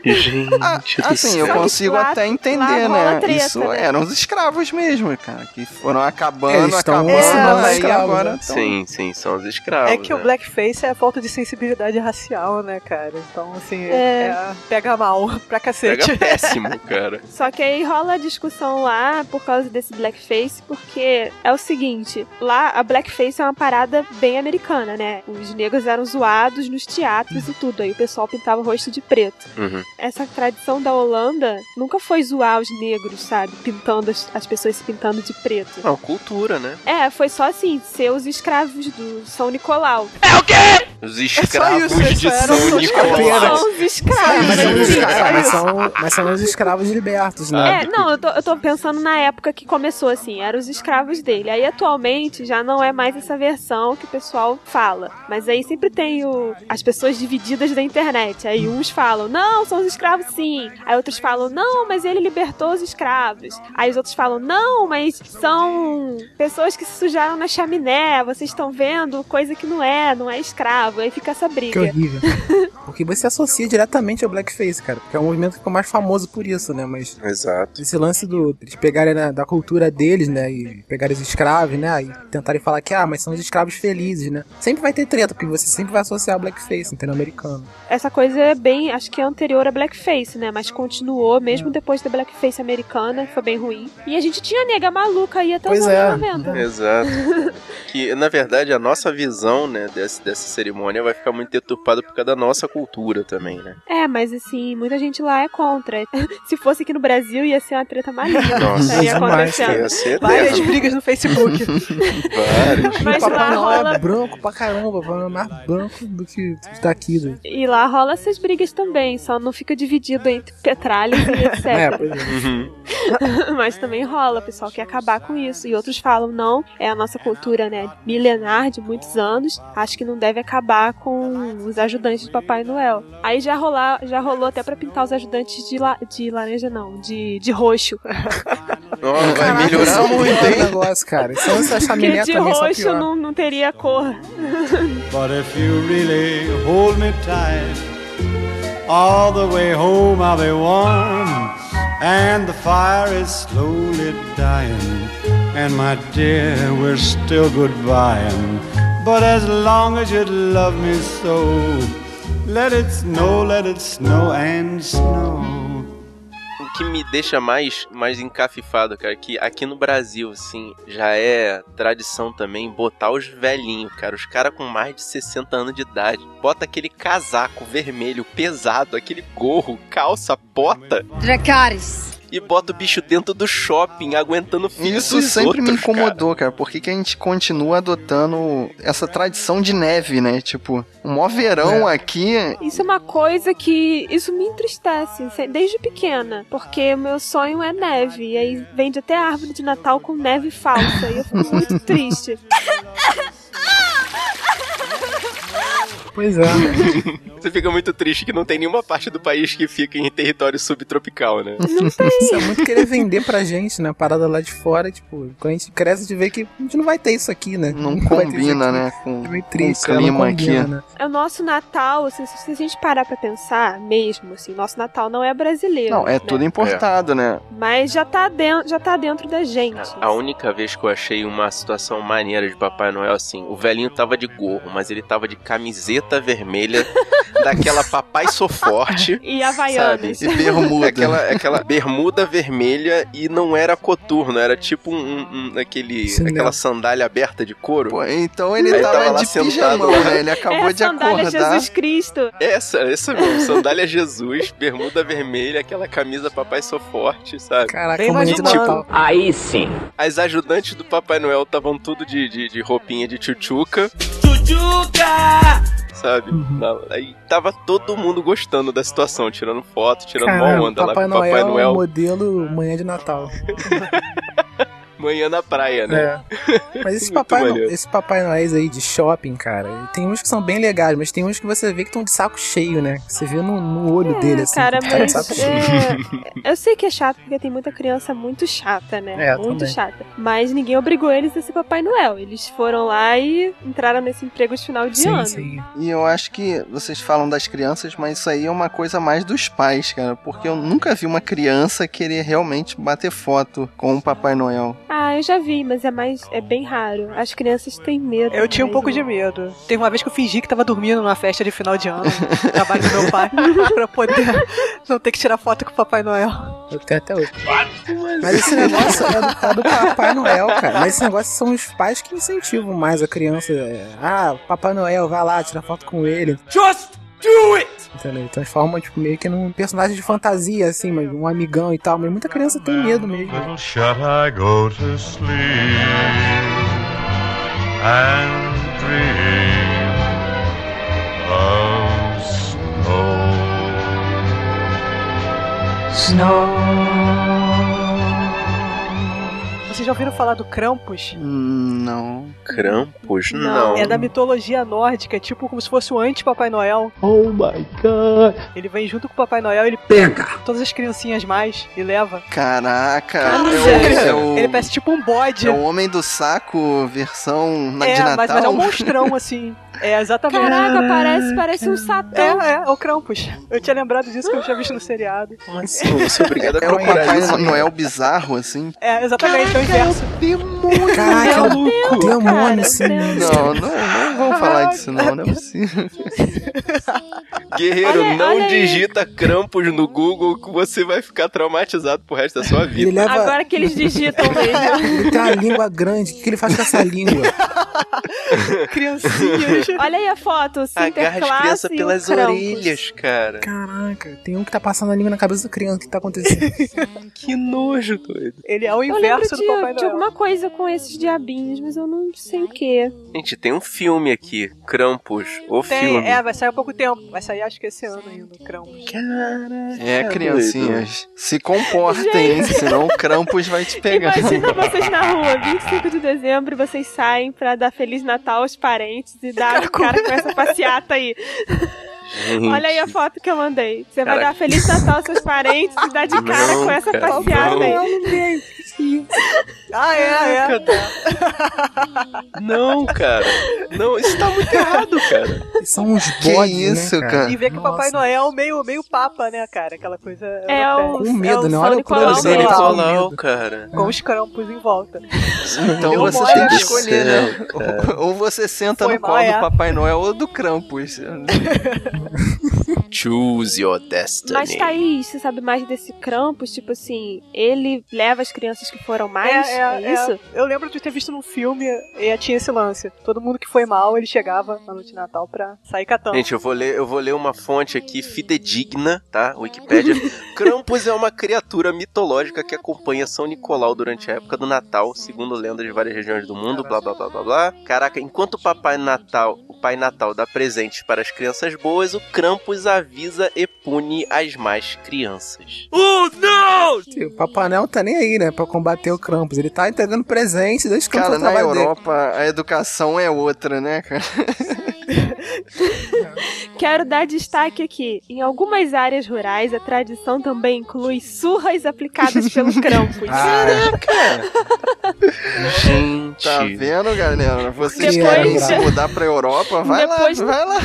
[SPEAKER 1] Ah, assim, eu
[SPEAKER 2] Só que
[SPEAKER 1] consigo
[SPEAKER 2] lá-
[SPEAKER 1] até
[SPEAKER 2] lá
[SPEAKER 1] entender,
[SPEAKER 2] rola
[SPEAKER 1] né?
[SPEAKER 2] treta,
[SPEAKER 1] Isso
[SPEAKER 2] né?
[SPEAKER 1] eram os escravos mesmo, cara, que foram acabando,
[SPEAKER 4] É, Eles estão
[SPEAKER 1] acabando,
[SPEAKER 4] ensinando
[SPEAKER 1] aí
[SPEAKER 4] escravos,
[SPEAKER 1] agora
[SPEAKER 4] né?
[SPEAKER 1] estão-
[SPEAKER 3] Sim, sim, são os
[SPEAKER 4] Ah,
[SPEAKER 3] escravos.
[SPEAKER 5] então. É que o
[SPEAKER 3] né?
[SPEAKER 5] blackface é a falta de sensibilidade racial, né, cara? Então, assim,
[SPEAKER 2] É.
[SPEAKER 5] é- pega mal pra cacete. [LAUGHS]
[SPEAKER 3] Pega péssimo, cara.
[SPEAKER 2] Só que aí rola a discussão lá por causa desse blackface, porque é o seguinte, lá a blackface é uma parada bem americana, né? Os negros eram zoados nos teatros e tudo, aí o pessoal pintava o rosto de preto.
[SPEAKER 3] Uhum.
[SPEAKER 2] Essa tradição da Holanda nunca foi zoar os negros, sabe? Pintando as, as pessoas se pintando de preto.
[SPEAKER 3] Não, cultura, né?
[SPEAKER 2] É, foi só assim, ser os escravos do São Nicolau.
[SPEAKER 5] [LAUGHS]
[SPEAKER 3] Os escravos
[SPEAKER 5] É isso,
[SPEAKER 3] de
[SPEAKER 5] isso era
[SPEAKER 3] São
[SPEAKER 5] só
[SPEAKER 3] Nicolau.
[SPEAKER 4] escraveira.
[SPEAKER 2] São os escravos.
[SPEAKER 4] né? mas, é são os
[SPEAKER 2] assim.
[SPEAKER 4] escravos, mas são, mas são os escravos libertos, né?
[SPEAKER 3] Ah.
[SPEAKER 2] É, não, eu tô, eu tô pensando na época que começou assim, eram os escravos dele. Aí atualmente já não é mais essa versão que o pessoal fala. Mas aí sempre tem o, as pessoas divididas da internet. Aí uns falam, não, são os escravos sim. Aí outros falam, não, mas ele libertou os escravos. Aí os outros falam, não, mas são pessoas que se sujaram na chaminé, vocês estão vendo coisa que não é, não é escravo. Aí fica essa
[SPEAKER 4] Que
[SPEAKER 2] briga.
[SPEAKER 4] horrível. Porque você associa diretamente ao blackface, cara. Porque é um movimento que ficou mais famoso por isso, né? Mas
[SPEAKER 3] Exato.
[SPEAKER 4] esse lance do, eles pegarem na- da cultura deles, né? E pegarem os escravos, né? E tentarem falar que, ah, mas são os escravos felizes, né? Sempre vai ter treta, porque você sempre vai associar o blackface, entendeu? Americano.
[SPEAKER 2] essa coisa é bem, acho que é anterior à blackface, né? Mas continuou mesmo depois da blackface americana, foi bem ruim. E a gente tinha nega maluca aí até
[SPEAKER 4] Pois
[SPEAKER 2] os
[SPEAKER 4] é.
[SPEAKER 2] anos 90.
[SPEAKER 3] Exato. que na verdade a nossa visão, né, desse, dessa cerimônia vai ficar muito deturpada por causa da nossa cultura também, né?
[SPEAKER 2] É, mas assim, muita gente lá é contra. [LAUGHS] Se fosse aqui no Brasil, ia ser uma treta maligna.
[SPEAKER 3] Nossa, é
[SPEAKER 2] estaria
[SPEAKER 4] demais,
[SPEAKER 2] acontecendo.
[SPEAKER 3] Ia ser
[SPEAKER 5] Várias
[SPEAKER 3] eterno.
[SPEAKER 5] brigas no Facebook.
[SPEAKER 2] [LAUGHS]
[SPEAKER 4] [LAUGHS]
[SPEAKER 3] Várias.
[SPEAKER 2] Mas
[SPEAKER 4] o Papai
[SPEAKER 2] lá
[SPEAKER 4] Noel
[SPEAKER 2] rola.
[SPEAKER 4] é branco pra caramba, o Papai Noel é mais branco do que daqui, do
[SPEAKER 2] E lá rola essas brigas também, só não fica dividido entre petralhas e etc.
[SPEAKER 4] É, pois é.
[SPEAKER 3] Uhum.
[SPEAKER 2] [LAUGHS] Mas também rola, o pessoal quer acabar com isso. E outros falam, não, é a nossa cultura, né, milenar de muitos anos. Acho que não deve acabar com os ajudantes do Papai Noel. Aí já, rolar, já rolou até pra pintar os ajudantes de, la, de laranja, não, de, de roxo. [LAUGHS]
[SPEAKER 3] Nossa, vai
[SPEAKER 4] Caraca, isso é
[SPEAKER 3] melhorar
[SPEAKER 4] um
[SPEAKER 3] muito,
[SPEAKER 4] pior
[SPEAKER 3] hein?
[SPEAKER 4] negócio, cara. São
[SPEAKER 2] Porque
[SPEAKER 4] essas chaminés
[SPEAKER 2] de
[SPEAKER 4] também são
[SPEAKER 2] roxo
[SPEAKER 4] pior.
[SPEAKER 2] não, não teria cor.
[SPEAKER 9] But if you really hold me tight, all the way home I'll be warm. And the fire is slowly dying. And my dear, we're still goodbying. But as long as you love me so, let it snow, let it snow and snow.
[SPEAKER 3] O que me deixa mais, mais encafifado, cara, é que aqui no Brasil, assim, já é tradição também botar os velhinhos, cara. Os caras com mais de 60 anos de idade. Bota aquele casaco vermelho pesado, aquele gorro, calça, bota.
[SPEAKER 11] Dracarys.
[SPEAKER 3] e bota o bicho dentro do shopping, aguentando o filho
[SPEAKER 1] Isso
[SPEAKER 3] dos
[SPEAKER 1] sempre me
[SPEAKER 3] outros,
[SPEAKER 1] incomodou, cara. Por que, que a gente continua adotando essa tradição de neve, né? Tipo, o mó verão aqui.
[SPEAKER 2] Isso é uma coisa que. Isso me entristece se- desde pequena. Porque o meu sonho é neve. E aí vende até árvore de Natal com neve falsa. E eu fico muito triste.
[SPEAKER 4] Pois é.
[SPEAKER 3] Você fica muito triste que não tem nenhuma parte do país que fica em território subtropical, né?
[SPEAKER 4] Isso é muito querer vender pra gente, né? Parada lá de fora, tipo, quando a gente cresce, a gente vê que a gente não vai ter isso aqui, né?
[SPEAKER 1] Não
[SPEAKER 4] vai ter isso
[SPEAKER 1] combina,
[SPEAKER 4] aqui.
[SPEAKER 1] né? Com,
[SPEAKER 4] É meio
[SPEAKER 1] com
[SPEAKER 4] triste,
[SPEAKER 1] o
[SPEAKER 4] né? Não
[SPEAKER 1] clima
[SPEAKER 4] combina,
[SPEAKER 1] aqui.
[SPEAKER 4] né?
[SPEAKER 2] É o nosso Natal, assim, se, se a gente parar pra pensar mesmo, assim, nosso Natal não é brasileiro.
[SPEAKER 1] Não, é
[SPEAKER 2] né?
[SPEAKER 1] tudo importado, né?
[SPEAKER 2] Mas já tá, den- já tá dentro da gente.
[SPEAKER 3] É, A única vez que eu achei uma situação maneira de Papai Noel, assim, o velhinho tava de gorro, mas ele tava de camiseta vermelha, daquela papai sou forte,
[SPEAKER 2] E
[SPEAKER 3] sabe?
[SPEAKER 2] Havaianas.
[SPEAKER 1] E
[SPEAKER 3] [LAUGHS]
[SPEAKER 1] bermuda.
[SPEAKER 3] É Aquela, aquela bermuda vermelha e não era coturno, era tipo um, um- um- aquele,
[SPEAKER 4] Chinelo.
[SPEAKER 3] aquela sandália aberta de couro.
[SPEAKER 1] Pô, então ele
[SPEAKER 3] Aí
[SPEAKER 1] tava,
[SPEAKER 3] tava lá
[SPEAKER 1] de
[SPEAKER 3] sentado,
[SPEAKER 1] pijamão,
[SPEAKER 3] né?
[SPEAKER 1] né? Ele acabou
[SPEAKER 2] é
[SPEAKER 1] de
[SPEAKER 2] sandália
[SPEAKER 1] acordar.
[SPEAKER 2] Jesus Cristo.
[SPEAKER 3] É Essa, essa mesmo, sandália Jesus, bermuda vermelha, aquela camisa papai sou forte, sabe?
[SPEAKER 4] Caraca,
[SPEAKER 5] Bem
[SPEAKER 4] como a gente
[SPEAKER 5] mais
[SPEAKER 4] não
[SPEAKER 5] humano.
[SPEAKER 4] tá.
[SPEAKER 3] As ajudantes do Papai Noel estavam tudo de, de, de roupinha de tchutchuca. Tchutchuca! Sabe?
[SPEAKER 4] Uhum.
[SPEAKER 3] Na- Aí tava todo mundo gostando da situação, tirando foto, tirando
[SPEAKER 4] Caramba,
[SPEAKER 3] uma onda
[SPEAKER 4] Papai,
[SPEAKER 3] lá com o Papai
[SPEAKER 4] Noel é
[SPEAKER 3] Noel,
[SPEAKER 4] o modelo manhã de Natal.
[SPEAKER 3] manhã na praia, né? [LAUGHS]
[SPEAKER 4] É. Mas esse
[SPEAKER 3] Muito
[SPEAKER 4] papai, no-
[SPEAKER 3] maneiro.
[SPEAKER 4] esse papai Noéis aí de shopping, cara, tem uns que são bem legais, mas tem uns que você vê que estão de saco cheio, né? Você vê no, no olho dele, assim.
[SPEAKER 2] É, Cara,
[SPEAKER 4] que tá de
[SPEAKER 2] mas.
[SPEAKER 4] saco cheio.
[SPEAKER 2] é, eu sei que é chato, porque tem muita criança muito chata, né?
[SPEAKER 4] É,
[SPEAKER 2] muito
[SPEAKER 4] também.
[SPEAKER 2] chata. Mas ninguém obrigou eles a ser Papai Noel. Eles foram lá e entraram nesse emprego de final de
[SPEAKER 4] Sim,
[SPEAKER 2] ano.
[SPEAKER 4] sim.
[SPEAKER 1] E eu acho que vocês falam das crianças, mas isso aí é uma coisa mais dos pais, cara. Porque eu nunca vi uma criança querer realmente bater foto com o Papai Noel.
[SPEAKER 2] Ah, eu já vi, mas é mais. é bem raro. As crianças têm medo.
[SPEAKER 5] Eu tinha um
[SPEAKER 2] mas
[SPEAKER 5] pouco de
[SPEAKER 2] não.
[SPEAKER 5] medo. Teve uma vez que eu fingi que tava dormindo numa festa de final de ano, no trabalho do meu pai, [LAUGHS] pra poder não ter que tirar foto com o Papai Noel.
[SPEAKER 4] Eu tenho até hoje. Mas esse negócio é do, é do Papai Noel, cara. Mas esse negócio são os pais que incentivam mais a criança. é, Ah, Papai Noel, vai lá, tira foto com ele.
[SPEAKER 8] Just do it!
[SPEAKER 4] Entendeu? Transforma, tipo, meio que num personagem de fantasia, assim, mas um amigão e tal. Mas muita criança tem medo mesmo.
[SPEAKER 9] Little shut I go to sleep and dream of snow.
[SPEAKER 5] Vocês já ouviram falar do Krampus?
[SPEAKER 1] Hum, não.
[SPEAKER 3] Crampos?
[SPEAKER 2] Não,
[SPEAKER 3] Não.
[SPEAKER 5] É da mitologia nórdica, é tipo como se fosse o anti-Papai Noel. Oh my god! Ele vem junto com o Papai Noel, ele pega todas as criancinhas mais e leva.
[SPEAKER 1] Caraca.
[SPEAKER 5] Caraca.
[SPEAKER 1] É o, é
[SPEAKER 5] Ele
[SPEAKER 1] o,
[SPEAKER 5] parece tipo um bode.
[SPEAKER 1] é o Homem do Saco versão na,
[SPEAKER 5] É,
[SPEAKER 1] de Natal.
[SPEAKER 5] mas, mas é
[SPEAKER 1] [LAUGHS]
[SPEAKER 5] um monstrão, assim. É, exatamente.
[SPEAKER 2] Caraca, parece, parece um satã.
[SPEAKER 5] É, é, é o Krampus. Eu tinha lembrado disso que eu tinha visto no seriado.
[SPEAKER 3] Como assim? [LAUGHS] Você é obrigado a
[SPEAKER 1] É o
[SPEAKER 3] procurar
[SPEAKER 1] Papai
[SPEAKER 3] isso.
[SPEAKER 1] Noel bizarro, assim?
[SPEAKER 5] É, exatamente, é o inverso.
[SPEAKER 4] Caraca,
[SPEAKER 3] Maluco!
[SPEAKER 2] cara,
[SPEAKER 4] demônio, assim.
[SPEAKER 2] Deus.
[SPEAKER 1] Não, não, não vamos falar disso, não. Não é possível.
[SPEAKER 3] Guerreiro,
[SPEAKER 2] Olha-
[SPEAKER 3] não
[SPEAKER 2] olha aí.
[SPEAKER 3] digita Crampos no Google que você vai ficar traumatizado pro resto da sua
[SPEAKER 4] Ele
[SPEAKER 3] vida.
[SPEAKER 4] leva.
[SPEAKER 2] Agora que eles
[SPEAKER 3] [LAUGHS]
[SPEAKER 2] digitam mesmo.
[SPEAKER 4] Ele tem uma língua grande. O que que ele faz com essa língua?
[SPEAKER 5] Criancinhas.
[SPEAKER 2] Olha aí a foto,
[SPEAKER 3] Agarra as
[SPEAKER 2] Sinterklaas
[SPEAKER 3] crianças
[SPEAKER 2] e o
[SPEAKER 3] pelas
[SPEAKER 2] é Krampus.
[SPEAKER 3] orelhas, cara.
[SPEAKER 4] Caraca, tem um que tá passando a língua na cabeça da criança. O que tá acontecendo?
[SPEAKER 3] Que nojo, doido.
[SPEAKER 5] Ele é o
[SPEAKER 2] Eu lembro
[SPEAKER 5] inverso
[SPEAKER 2] de,
[SPEAKER 5] do Papai
[SPEAKER 2] de
[SPEAKER 5] Noel.
[SPEAKER 2] alguma coisa com esses diabinhos, mas eu não sei o que.
[SPEAKER 3] Gente, tem um filme aqui, Krampus, o
[SPEAKER 5] Tem,
[SPEAKER 3] filme.
[SPEAKER 5] é, vai sair há pouco tempo. Vai sair acho que esse ano ainda, o Krampus.
[SPEAKER 1] É, criancinhas, se comportem, hein? senão o Krampus vai te pegar.
[SPEAKER 2] Imagina vocês na rua, 25 de dezembro, vocês saem pra dar Feliz Natal aos parentes e dar o cara com essa passeata aí.
[SPEAKER 1] [LAUGHS]
[SPEAKER 3] Gente,
[SPEAKER 2] Olha aí a foto que eu mandei. Você vai
[SPEAKER 3] Caraca.
[SPEAKER 2] dar Feliz Natal aos seus parentes e dar de cara
[SPEAKER 3] Não,
[SPEAKER 2] com essa
[SPEAKER 3] cara,
[SPEAKER 2] passeata
[SPEAKER 3] não.
[SPEAKER 2] aí.
[SPEAKER 5] Ah, é, é.
[SPEAKER 3] Não, cara. Não, isso tá muito errado, cara.
[SPEAKER 1] [LAUGHS]
[SPEAKER 4] São uns
[SPEAKER 1] Que
[SPEAKER 4] bodes,
[SPEAKER 1] isso,
[SPEAKER 4] né,
[SPEAKER 1] cara?
[SPEAKER 5] E ver que o Papai
[SPEAKER 4] Nossa.
[SPEAKER 5] Noel meio, meio papa, né, cara? Aquela coisa.
[SPEAKER 2] É
[SPEAKER 5] europeia.
[SPEAKER 2] o,
[SPEAKER 4] Com medo,
[SPEAKER 2] é o
[SPEAKER 4] né?
[SPEAKER 2] São
[SPEAKER 4] Olha o
[SPEAKER 2] Nicolau
[SPEAKER 4] plano
[SPEAKER 3] São
[SPEAKER 4] dele.
[SPEAKER 2] mesmo.
[SPEAKER 1] Tá
[SPEAKER 4] Nicolau.
[SPEAKER 3] Nicolau, cara.
[SPEAKER 5] Com os crampos em volta.
[SPEAKER 1] Então
[SPEAKER 5] Meu
[SPEAKER 1] você
[SPEAKER 5] Deus
[SPEAKER 1] tem que
[SPEAKER 5] do
[SPEAKER 1] escolher, né? Ou ou você senta
[SPEAKER 5] Foi
[SPEAKER 1] no colo
[SPEAKER 5] mal, é.
[SPEAKER 1] do Papai Noel ou do Krampus.
[SPEAKER 3] Choose your destiny.
[SPEAKER 2] Mas tá Thaís, você sabe mais desse Krampus? Tipo assim, ele leva as crianças que foram mais?
[SPEAKER 5] É,
[SPEAKER 2] É,
[SPEAKER 5] é, é.
[SPEAKER 2] isso?
[SPEAKER 5] Eu lembro de ter visto num filme e é, tinha esse lance. Todo mundo que foi mal, ele chegava na noite de Natal pra sair catando.
[SPEAKER 3] Gente, eu vou ler, eu vou ler uma fonte aqui fidedigna, tá? Wikipédia. Krampus é uma criatura mitológica que acompanha São Nicolau durante a época do Natal, segundo lendas de várias regiões do mundo, blá blá blá blá blá. Caraca, enquanto o Papai Natal, o Pai Natal dá presentes para as crianças boas, o Krampus avisa e pune as más crianças.
[SPEAKER 4] O Papai Noel tá nem aí, né? Pra combater o Krampus. Ele tá entregando presente, dois
[SPEAKER 1] Cara,
[SPEAKER 4] Krampus no
[SPEAKER 1] na
[SPEAKER 4] trabalho dele.
[SPEAKER 1] Europa a educação é outra, né, cara?
[SPEAKER 2] Quero dar destaque aqui. Em algumas áreas rurais, a tradição também inclui surras aplicadas pelo Krampus.
[SPEAKER 3] Gente.
[SPEAKER 1] [LAUGHS] Tá vendo, galera? Vocês
[SPEAKER 2] Depois-
[SPEAKER 1] querem se mudar pra Europa? Vai
[SPEAKER 2] Depois-
[SPEAKER 1] lá, vai lá.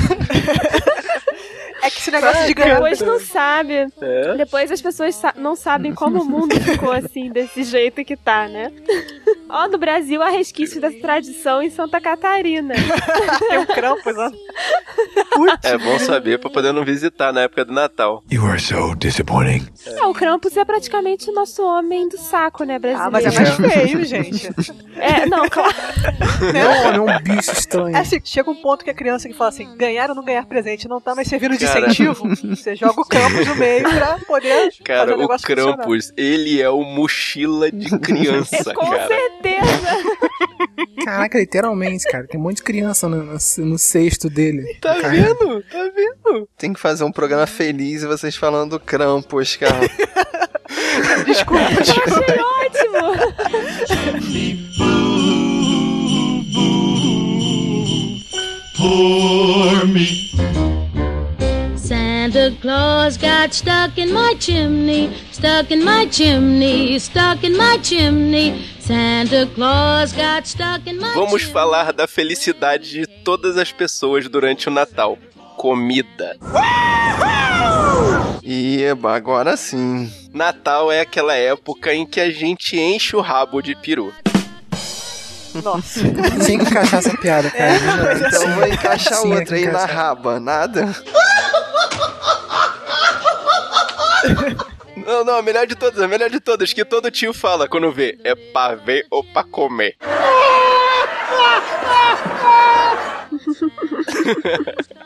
[SPEAKER 5] É que esse negócio de
[SPEAKER 2] [LAUGHS]
[SPEAKER 5] ganhar.
[SPEAKER 2] Depois não sabe.
[SPEAKER 3] É.
[SPEAKER 2] Depois as pessoas sa- não sabem como o mundo ficou assim, desse jeito que tá, né? Ó, no Brasil há resquício dessa tradição em Santa Catarina.
[SPEAKER 3] [LAUGHS]
[SPEAKER 5] Tem um Krampus, ó.
[SPEAKER 3] É bom saber pra poder não visitar na época do Natal.
[SPEAKER 10] You are so disappointing.
[SPEAKER 2] É, o Krampus é praticamente o nosso homem do saco, né, brasileiro?
[SPEAKER 5] Ah, mas é mais
[SPEAKER 4] [LAUGHS]
[SPEAKER 5] feio, gente. Né?
[SPEAKER 2] É, não, claro.
[SPEAKER 4] Não, é um bicho estranho.
[SPEAKER 5] É assim, chega um ponto que a criança que fala assim, ganhar ou não ganhar presente não tá mais servindo de
[SPEAKER 3] Cara.
[SPEAKER 5] incentivo. Você joga o Krampus no meio pra poder
[SPEAKER 2] um
[SPEAKER 3] Cara,
[SPEAKER 5] fazer o
[SPEAKER 3] o
[SPEAKER 5] negócio funcionar.
[SPEAKER 3] Krampus, ele é o mochila
[SPEAKER 2] [LAUGHS]
[SPEAKER 3] de criança,
[SPEAKER 2] É, Com
[SPEAKER 3] cara. [LAUGHS]
[SPEAKER 2] certeza.
[SPEAKER 4] Caraca, literalmente, cara. Tem um monte de criança no, no, no cesto dele.
[SPEAKER 3] Tá vendo? Tá vendo?
[SPEAKER 1] Tem que fazer um
[SPEAKER 2] É.
[SPEAKER 1] programa feliz e vocês falando do Krampus,
[SPEAKER 2] [LAUGHS]
[SPEAKER 1] cara.
[SPEAKER 5] Desculpa, desculpa.
[SPEAKER 2] Achei ótimo.
[SPEAKER 7] Santa Claus got stuck in my chimney, stuck in my chimney, stuck in my chimney. Santa Claus got stuck in my
[SPEAKER 3] Vamos
[SPEAKER 7] chimney.
[SPEAKER 3] falar da felicidade de todas as pessoas durante o Natal. Comida.
[SPEAKER 1] Eba, agora sim.
[SPEAKER 3] Natal é aquela época em que a gente enche o rabo de peru.
[SPEAKER 5] Nossa.
[SPEAKER 4] Tem que encaixar essa piada, cara.
[SPEAKER 1] Então eu vou encaixar
[SPEAKER 4] Sim, é
[SPEAKER 1] outra aí na
[SPEAKER 4] encaixar.
[SPEAKER 3] Ah,
[SPEAKER 1] raba. Nada?
[SPEAKER 3] [LAUGHS] Não, não, a melhor de todas, a melhor de todas, que todo tio fala quando vê. É pra ver ou pra comer.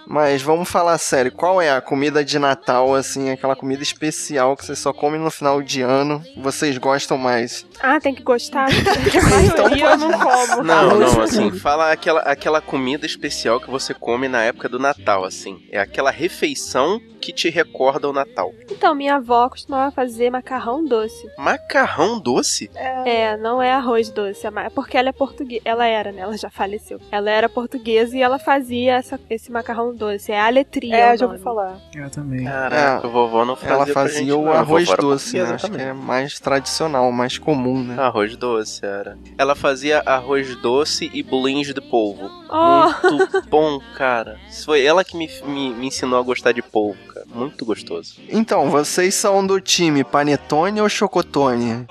[SPEAKER 1] Mas vamos falar sério. Qual é a comida de Natal, assim, aquela comida especial que vocês só comem no final de ano? Vocês gostam mais?
[SPEAKER 2] Ah, tem que gostar. Porque a maioria eu não como.
[SPEAKER 3] Então Não, não, assim, fala aquela, aquela comida especial que você come na época do Natal, assim. É aquela refeição que te recorda o Natal.
[SPEAKER 2] Então, minha avó costumava fazer macarrão doce.
[SPEAKER 3] Macarrão doce?
[SPEAKER 2] É, não é arroz doce, é ma- porque ela é portuguesa. Ela era, né? Ela já faleceu. Ela era portuguesa e ela fazia essa- esse macarrão doce. É aletria.
[SPEAKER 5] É,
[SPEAKER 2] o
[SPEAKER 5] já
[SPEAKER 2] nome.
[SPEAKER 5] ouvi falar.
[SPEAKER 4] Eu também.
[SPEAKER 3] É.
[SPEAKER 4] Ah,
[SPEAKER 3] Caraca, a vovó não Ah, fazia
[SPEAKER 1] Ela
[SPEAKER 3] pra
[SPEAKER 1] fazia
[SPEAKER 3] gente, não.
[SPEAKER 1] o
[SPEAKER 3] A
[SPEAKER 1] arroz
[SPEAKER 3] vovó era
[SPEAKER 1] doce, né?
[SPEAKER 3] portuguesa
[SPEAKER 1] Acho que
[SPEAKER 3] também.
[SPEAKER 1] é mais tradicional, mais comum, né?
[SPEAKER 3] Arroz doce, era. Ela fazia arroz doce e bolinhos de polvo.
[SPEAKER 2] Oh, [LAUGHS]
[SPEAKER 3] Muito bom, cara. Isso Foi ela que me, me, me ensinou a gostar de polvo, cara. Muito gostoso.
[SPEAKER 1] Então, vocês são do time panetone ou chocotone?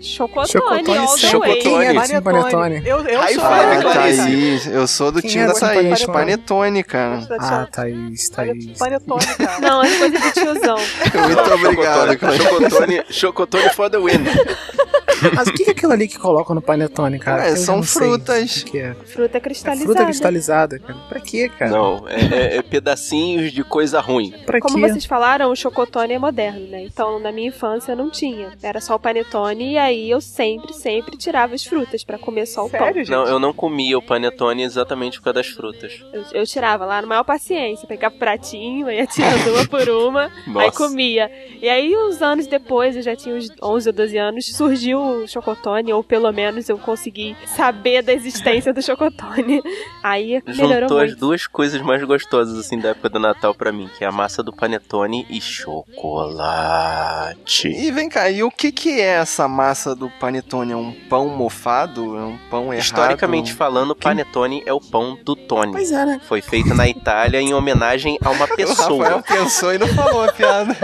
[SPEAKER 2] chocotone,
[SPEAKER 4] Chocotone
[SPEAKER 2] all the
[SPEAKER 4] sempre.
[SPEAKER 2] way.
[SPEAKER 4] Quem é do time
[SPEAKER 5] Panetone.
[SPEAKER 4] panetone?
[SPEAKER 5] Eu, eu
[SPEAKER 3] High five,
[SPEAKER 5] sou da
[SPEAKER 1] Ah,
[SPEAKER 3] Clarice.
[SPEAKER 5] Clarice.
[SPEAKER 1] Thaís, eu sou do
[SPEAKER 4] Quem
[SPEAKER 1] time
[SPEAKER 4] é
[SPEAKER 1] da
[SPEAKER 4] do
[SPEAKER 1] Thaís,
[SPEAKER 4] panetone?
[SPEAKER 1] panetone, cara.
[SPEAKER 4] Ah, Thaís, Thaís.
[SPEAKER 5] Panetone, cara.
[SPEAKER 2] Não, é coisa de tiozão.
[SPEAKER 1] Muito obrigado,
[SPEAKER 3] Chocotone,
[SPEAKER 1] cara.
[SPEAKER 3] Chocotone, chocotone for
[SPEAKER 1] [LAUGHS]
[SPEAKER 3] the win.
[SPEAKER 4] Mas o que é aquilo ali que colocam no panetone, cara?
[SPEAKER 1] É,
[SPEAKER 4] Eu já
[SPEAKER 1] são
[SPEAKER 4] não sei
[SPEAKER 1] frutas.
[SPEAKER 4] o que é.
[SPEAKER 2] Fruta
[SPEAKER 4] É
[SPEAKER 2] cristalizada.
[SPEAKER 4] fruta cristalizada, cara. Pra quê, cara?
[SPEAKER 3] Não, é, é- é pedacinhos de coisa ruim.
[SPEAKER 4] Pra
[SPEAKER 2] Como
[SPEAKER 4] quê?
[SPEAKER 2] vocês falaram, o chocotone é moderno, né? Então, na minha infância, não tinha. Era só o panetone e aí eu sempre, sempre tirava as frutas pra comer
[SPEAKER 5] [LAUGHS]
[SPEAKER 2] só o pão.
[SPEAKER 5] Sério, gente?
[SPEAKER 3] Não, eu não comia o panetone exatamente por causa das frutas.
[SPEAKER 2] Eu, eu tirava lá na maior paciência, pegava o pratinho, ia tirando uma por uma, aí comia. E aí, uns anos depois, eu já tinha uns 11 ou 12 anos, surgiu o chocotone, ou pelo menos eu consegui saber da existência do chocotone. Aí melhorou
[SPEAKER 3] Juntou as
[SPEAKER 2] muito.
[SPEAKER 3] duas coisas mais gostosas assim da época do Natal pra mim, que é a massa do panetone e chocolate.
[SPEAKER 1] E vem cá, e o que que é essa massa do panetone? É um pão mofado? É um pão errado?
[SPEAKER 3] Historicamente falando, panetone é o pão do Tony.
[SPEAKER 4] Pois
[SPEAKER 3] [LAUGHS]
[SPEAKER 4] é, né?
[SPEAKER 3] Foi feito na Itália em homenagem a uma
[SPEAKER 1] [LAUGHS] O Rafael
[SPEAKER 3] pessoa.
[SPEAKER 1] pensou e não falou a piada.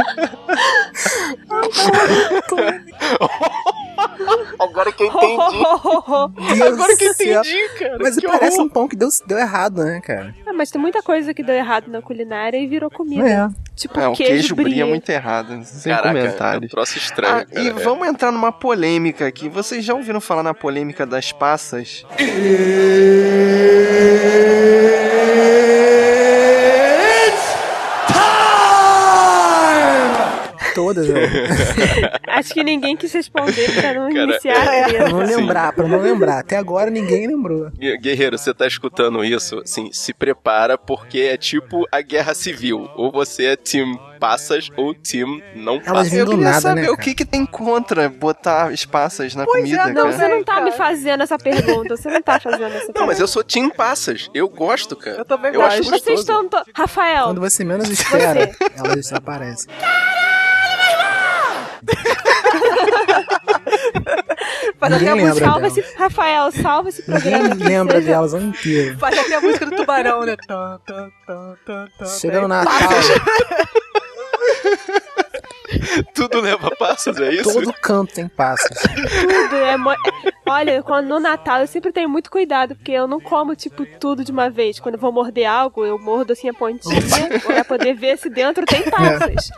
[SPEAKER 3] Agora que eu
[SPEAKER 1] [LAUGHS]
[SPEAKER 4] Deus do céu.
[SPEAKER 3] cara.
[SPEAKER 4] Mas parece um pão que deu, deu errado, né, cara?
[SPEAKER 2] [LAUGHS] Ah, mas tem muita coisa que deu errado na culinária e virou comida. Tipo,
[SPEAKER 1] É,
[SPEAKER 3] um
[SPEAKER 1] o queijo brie é
[SPEAKER 2] brie.
[SPEAKER 1] muito errado, sem
[SPEAKER 3] Caraca, é um
[SPEAKER 1] comentário.
[SPEAKER 3] troço estranho.
[SPEAKER 1] Ah,
[SPEAKER 3] cara. é.
[SPEAKER 1] e vamos entrar numa polêmica aqui. Vocês já ouviram falar na polêmica das passas? [LAUGHS]
[SPEAKER 4] Foda-se. eu
[SPEAKER 2] Acho que ninguém quis responder pra não
[SPEAKER 3] [LAUGHS] Cara,
[SPEAKER 2] iniciar
[SPEAKER 5] é.
[SPEAKER 2] a treta.
[SPEAKER 4] não
[SPEAKER 3] Sim.
[SPEAKER 4] lembrar, pra não lembrar. Até agora ninguém lembrou.
[SPEAKER 3] Gu- Guerreiro, você tá escutando isso? Assim, se prepara porque é tipo a guerra civil. Ou você é time passas ou time não
[SPEAKER 4] Elas
[SPEAKER 3] passas.
[SPEAKER 4] vêm
[SPEAKER 1] Eu
[SPEAKER 4] do
[SPEAKER 1] queria
[SPEAKER 4] nada,
[SPEAKER 1] saber
[SPEAKER 4] né?
[SPEAKER 1] o
[SPEAKER 4] cara?
[SPEAKER 1] que, que tem contra botar espaças
[SPEAKER 3] né?
[SPEAKER 1] na
[SPEAKER 5] Pois é,
[SPEAKER 1] comida,
[SPEAKER 5] não,
[SPEAKER 2] Não,
[SPEAKER 1] cara.
[SPEAKER 2] você não tá
[SPEAKER 5] Cara.
[SPEAKER 2] me fazendo essa pergunta. Você não tá fazendo essa pergunta.
[SPEAKER 3] Não, mas eu sou time passas. Eu gosto,
[SPEAKER 5] Eu
[SPEAKER 3] cara.
[SPEAKER 5] também
[SPEAKER 3] Eu acho
[SPEAKER 5] gosto. [LAUGHS]
[SPEAKER 3] gostoso.
[SPEAKER 2] Vocês estão. to- Rafael,
[SPEAKER 4] Quando você menos espera, elas desaparecem.
[SPEAKER 5] Faz até, a
[SPEAKER 4] Ninguém
[SPEAKER 5] música,
[SPEAKER 4] lembra.
[SPEAKER 2] salva esse. Rafael, salva esse programa.
[SPEAKER 4] Ninguém
[SPEAKER 5] né?
[SPEAKER 2] que
[SPEAKER 4] lembra
[SPEAKER 2] seja-
[SPEAKER 4] delas o ano inteiro.
[SPEAKER 5] faz até a música do tubarão, né? Tan, tan, tan, tan, tan.
[SPEAKER 4] Chega no Natal,
[SPEAKER 3] Tudo leva passas, é isso?
[SPEAKER 4] todo canto tem passos.
[SPEAKER 2] Tudo é mo- Olha, quando, no Natal eu sempre tenho muito cuidado, porque eu não como, tipo, tudo de uma vez. Quando eu vou morder algo, eu mordo assim a pontinha pra poder ver se dentro tem passas.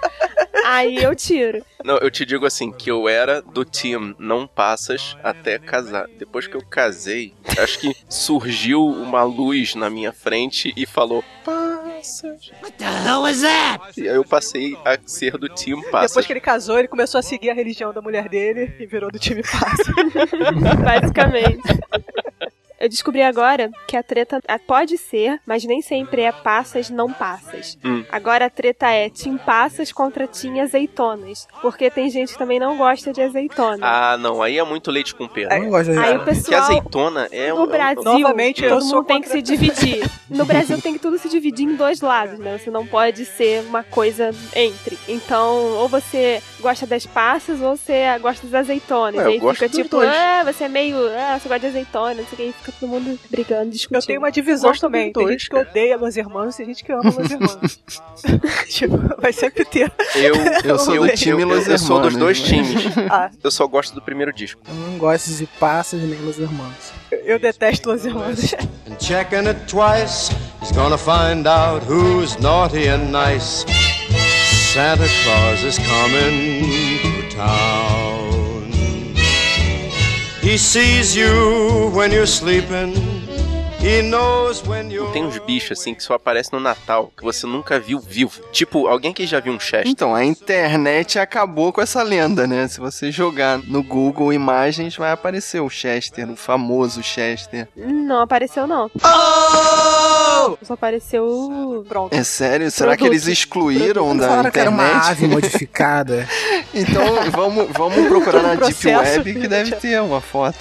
[SPEAKER 2] Aí eu tiro.
[SPEAKER 3] Não, eu te digo assim, que eu era do time não passas até casar. Depois que eu casei, acho que surgiu uma luz na minha frente e falou, passas.
[SPEAKER 6] What the hell is that?
[SPEAKER 3] E aí eu passei a ser do time passas.
[SPEAKER 5] Depois que ele casou, ele começou a seguir a religião da mulher dele e virou do time fácil.
[SPEAKER 2] Basicamente. Eu descobri agora que a treta ah, pode ser, mas nem sempre é passas, não passas.
[SPEAKER 3] Hum.
[SPEAKER 2] Agora a treta é tim passas contra tim azeitonas. Porque tem gente que também não gosta de azeitona.
[SPEAKER 3] Ah, não, aí é muito leite com pera.
[SPEAKER 4] Eu não gosto de
[SPEAKER 2] Aí o
[SPEAKER 3] Que
[SPEAKER 2] pessoal.
[SPEAKER 3] azeitona é um.
[SPEAKER 2] No Brasil,
[SPEAKER 5] Novamente, eu
[SPEAKER 2] todo
[SPEAKER 5] sou
[SPEAKER 2] mundo tem que
[SPEAKER 5] [LAUGHS] contra-
[SPEAKER 2] se dividir. No Brasil tem que tudo se dividir em dois lados, né? Você não pode ser uma coisa entre. Então, ou você gosta das passas ou você gosta das azeitonas.
[SPEAKER 3] É,
[SPEAKER 2] E
[SPEAKER 3] eu
[SPEAKER 2] aí
[SPEAKER 3] gosto
[SPEAKER 2] fica
[SPEAKER 3] dos
[SPEAKER 2] tipo,
[SPEAKER 3] dois.
[SPEAKER 2] ah, você é meio. Ah, você gosta de azeitona, não sei o que, e fica todo mundo brigando, discutindo.
[SPEAKER 5] Eu tenho uma divisão
[SPEAKER 3] Gosto
[SPEAKER 5] também.
[SPEAKER 3] dos
[SPEAKER 5] Tem
[SPEAKER 3] dois,
[SPEAKER 5] gente que odeia Los Hermanos e tem gente que ama Los Hermanos. [LAUGHS] tipo, vai sempre ter.
[SPEAKER 3] Eu,
[SPEAKER 1] Eu sou do
[SPEAKER 3] eu-
[SPEAKER 1] time
[SPEAKER 3] eu-
[SPEAKER 1] Los
[SPEAKER 3] eu sou
[SPEAKER 1] Hermanos,
[SPEAKER 3] dos
[SPEAKER 1] né?
[SPEAKER 3] dois
[SPEAKER 1] mas-
[SPEAKER 3] times.
[SPEAKER 5] Ah,
[SPEAKER 3] Eu só gosto do primeiro disco.
[SPEAKER 4] Eu não gosto de passos nem meus irmãos.
[SPEAKER 5] eu detesto Los Hermanos.
[SPEAKER 9] And checking it twice, he's gonna find out who's naughty and nice. Santa Claus is coming to town. He sees you when you're sleeping. He knows when you're
[SPEAKER 3] Tem uns bichos assim que só aparecem no Natal que você nunca viu vivo. Tipo, alguém que já viu um Chester?
[SPEAKER 1] Então, a internet acabou com essa lenda, né? Se você jogar no Google Imagens, vai aparecer o Chester, o famoso Chester.
[SPEAKER 2] Não apareceu, não. Só apareceu. o-
[SPEAKER 5] Oh! Pronto.
[SPEAKER 1] É sério? Será que
[SPEAKER 2] Produto.
[SPEAKER 1] eles excluíram
[SPEAKER 4] Eles
[SPEAKER 1] da
[SPEAKER 4] falaram que era uma
[SPEAKER 1] internet?
[SPEAKER 4] ave modificada. [LAUGHS]
[SPEAKER 1] Então, vamos, vamos procurar
[SPEAKER 4] um
[SPEAKER 1] na Deep
[SPEAKER 5] processo,
[SPEAKER 1] Web que deve
[SPEAKER 5] gente.
[SPEAKER 1] ter uma foto.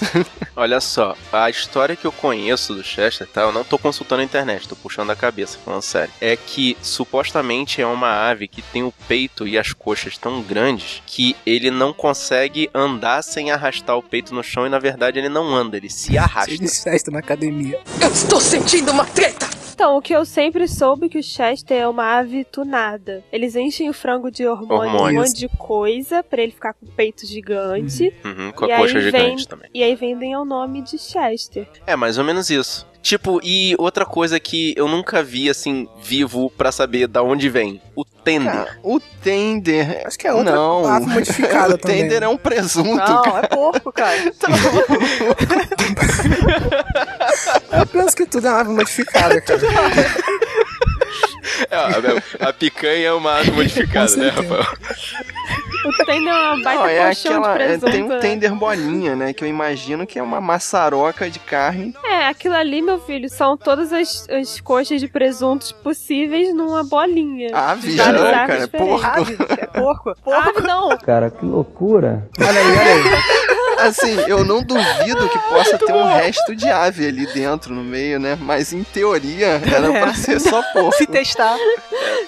[SPEAKER 3] Olha só, a história que eu conheço do Chester, tá? Eu não tô consultando a internet, tô puxando a cabeça, falando sério. É que supostamente é uma ave que tem o peito e as coxas tão grandes que ele não consegue andar sem arrastar o peito no chão e na verdade ele não anda, ele se arrasta.
[SPEAKER 4] Eles festam na academia.
[SPEAKER 2] Então, o que eu sempre soube é que o Chester é uma ave tunada. Eles enchem o frango de hormônio, um
[SPEAKER 3] Hormônios.
[SPEAKER 2] monte de coisa pra ele ficar com o peito gigante.
[SPEAKER 3] Uhum, com a
[SPEAKER 2] E aí
[SPEAKER 3] coxa
[SPEAKER 2] vem-
[SPEAKER 3] gigante também.
[SPEAKER 2] E aí vendem ao nome de Chester.
[SPEAKER 3] É, mais ou menos isso. Tipo, e outra coisa que eu nunca vi, assim, vivo pra saber da onde vem. O tender.
[SPEAKER 1] O Tender.
[SPEAKER 4] Acho que é outra
[SPEAKER 1] Não.
[SPEAKER 4] ave
[SPEAKER 1] [LAUGHS]
[SPEAKER 4] modificada
[SPEAKER 1] o
[SPEAKER 4] também. Ah,
[SPEAKER 1] Tender é um presunto, cara.
[SPEAKER 5] Não, é porco, cara.
[SPEAKER 4] Eu penso que tudo é uma ave modificada, cara.
[SPEAKER 3] [LAUGHS] É, a, a picanha é uma ave modificada,
[SPEAKER 4] Com
[SPEAKER 3] né,
[SPEAKER 4] certeza.
[SPEAKER 3] Rafael?
[SPEAKER 2] O Tender é uma baita
[SPEAKER 1] Não, é
[SPEAKER 2] colchão
[SPEAKER 1] aquela.
[SPEAKER 2] de
[SPEAKER 1] é,
[SPEAKER 2] presunto.
[SPEAKER 1] tem um
[SPEAKER 2] né?
[SPEAKER 1] Tender bolinha, né? Que eu imagino que é uma maçaroca de carne.
[SPEAKER 2] É, aquilo ali, meu filho, são todas as, as coxas de presuntos possíveis numa bolinha.
[SPEAKER 5] Tá
[SPEAKER 1] Ave
[SPEAKER 2] De
[SPEAKER 1] já,
[SPEAKER 2] várias aves
[SPEAKER 1] né, cara.
[SPEAKER 2] diferentes.
[SPEAKER 1] Porra.
[SPEAKER 5] Ave, é porco.
[SPEAKER 1] Ah,
[SPEAKER 5] Porco.
[SPEAKER 2] Ave não,
[SPEAKER 4] Olha aí, olha aí.
[SPEAKER 1] Assim, eu não duvido que possa ter
[SPEAKER 5] [LAUGHS]
[SPEAKER 1] um resto de ave ali dentro, no meio, né? Mas em teoria, era
[SPEAKER 5] [LAUGHS]
[SPEAKER 1] pra ser só
[SPEAKER 5] Se
[SPEAKER 1] porco.
[SPEAKER 5] testar.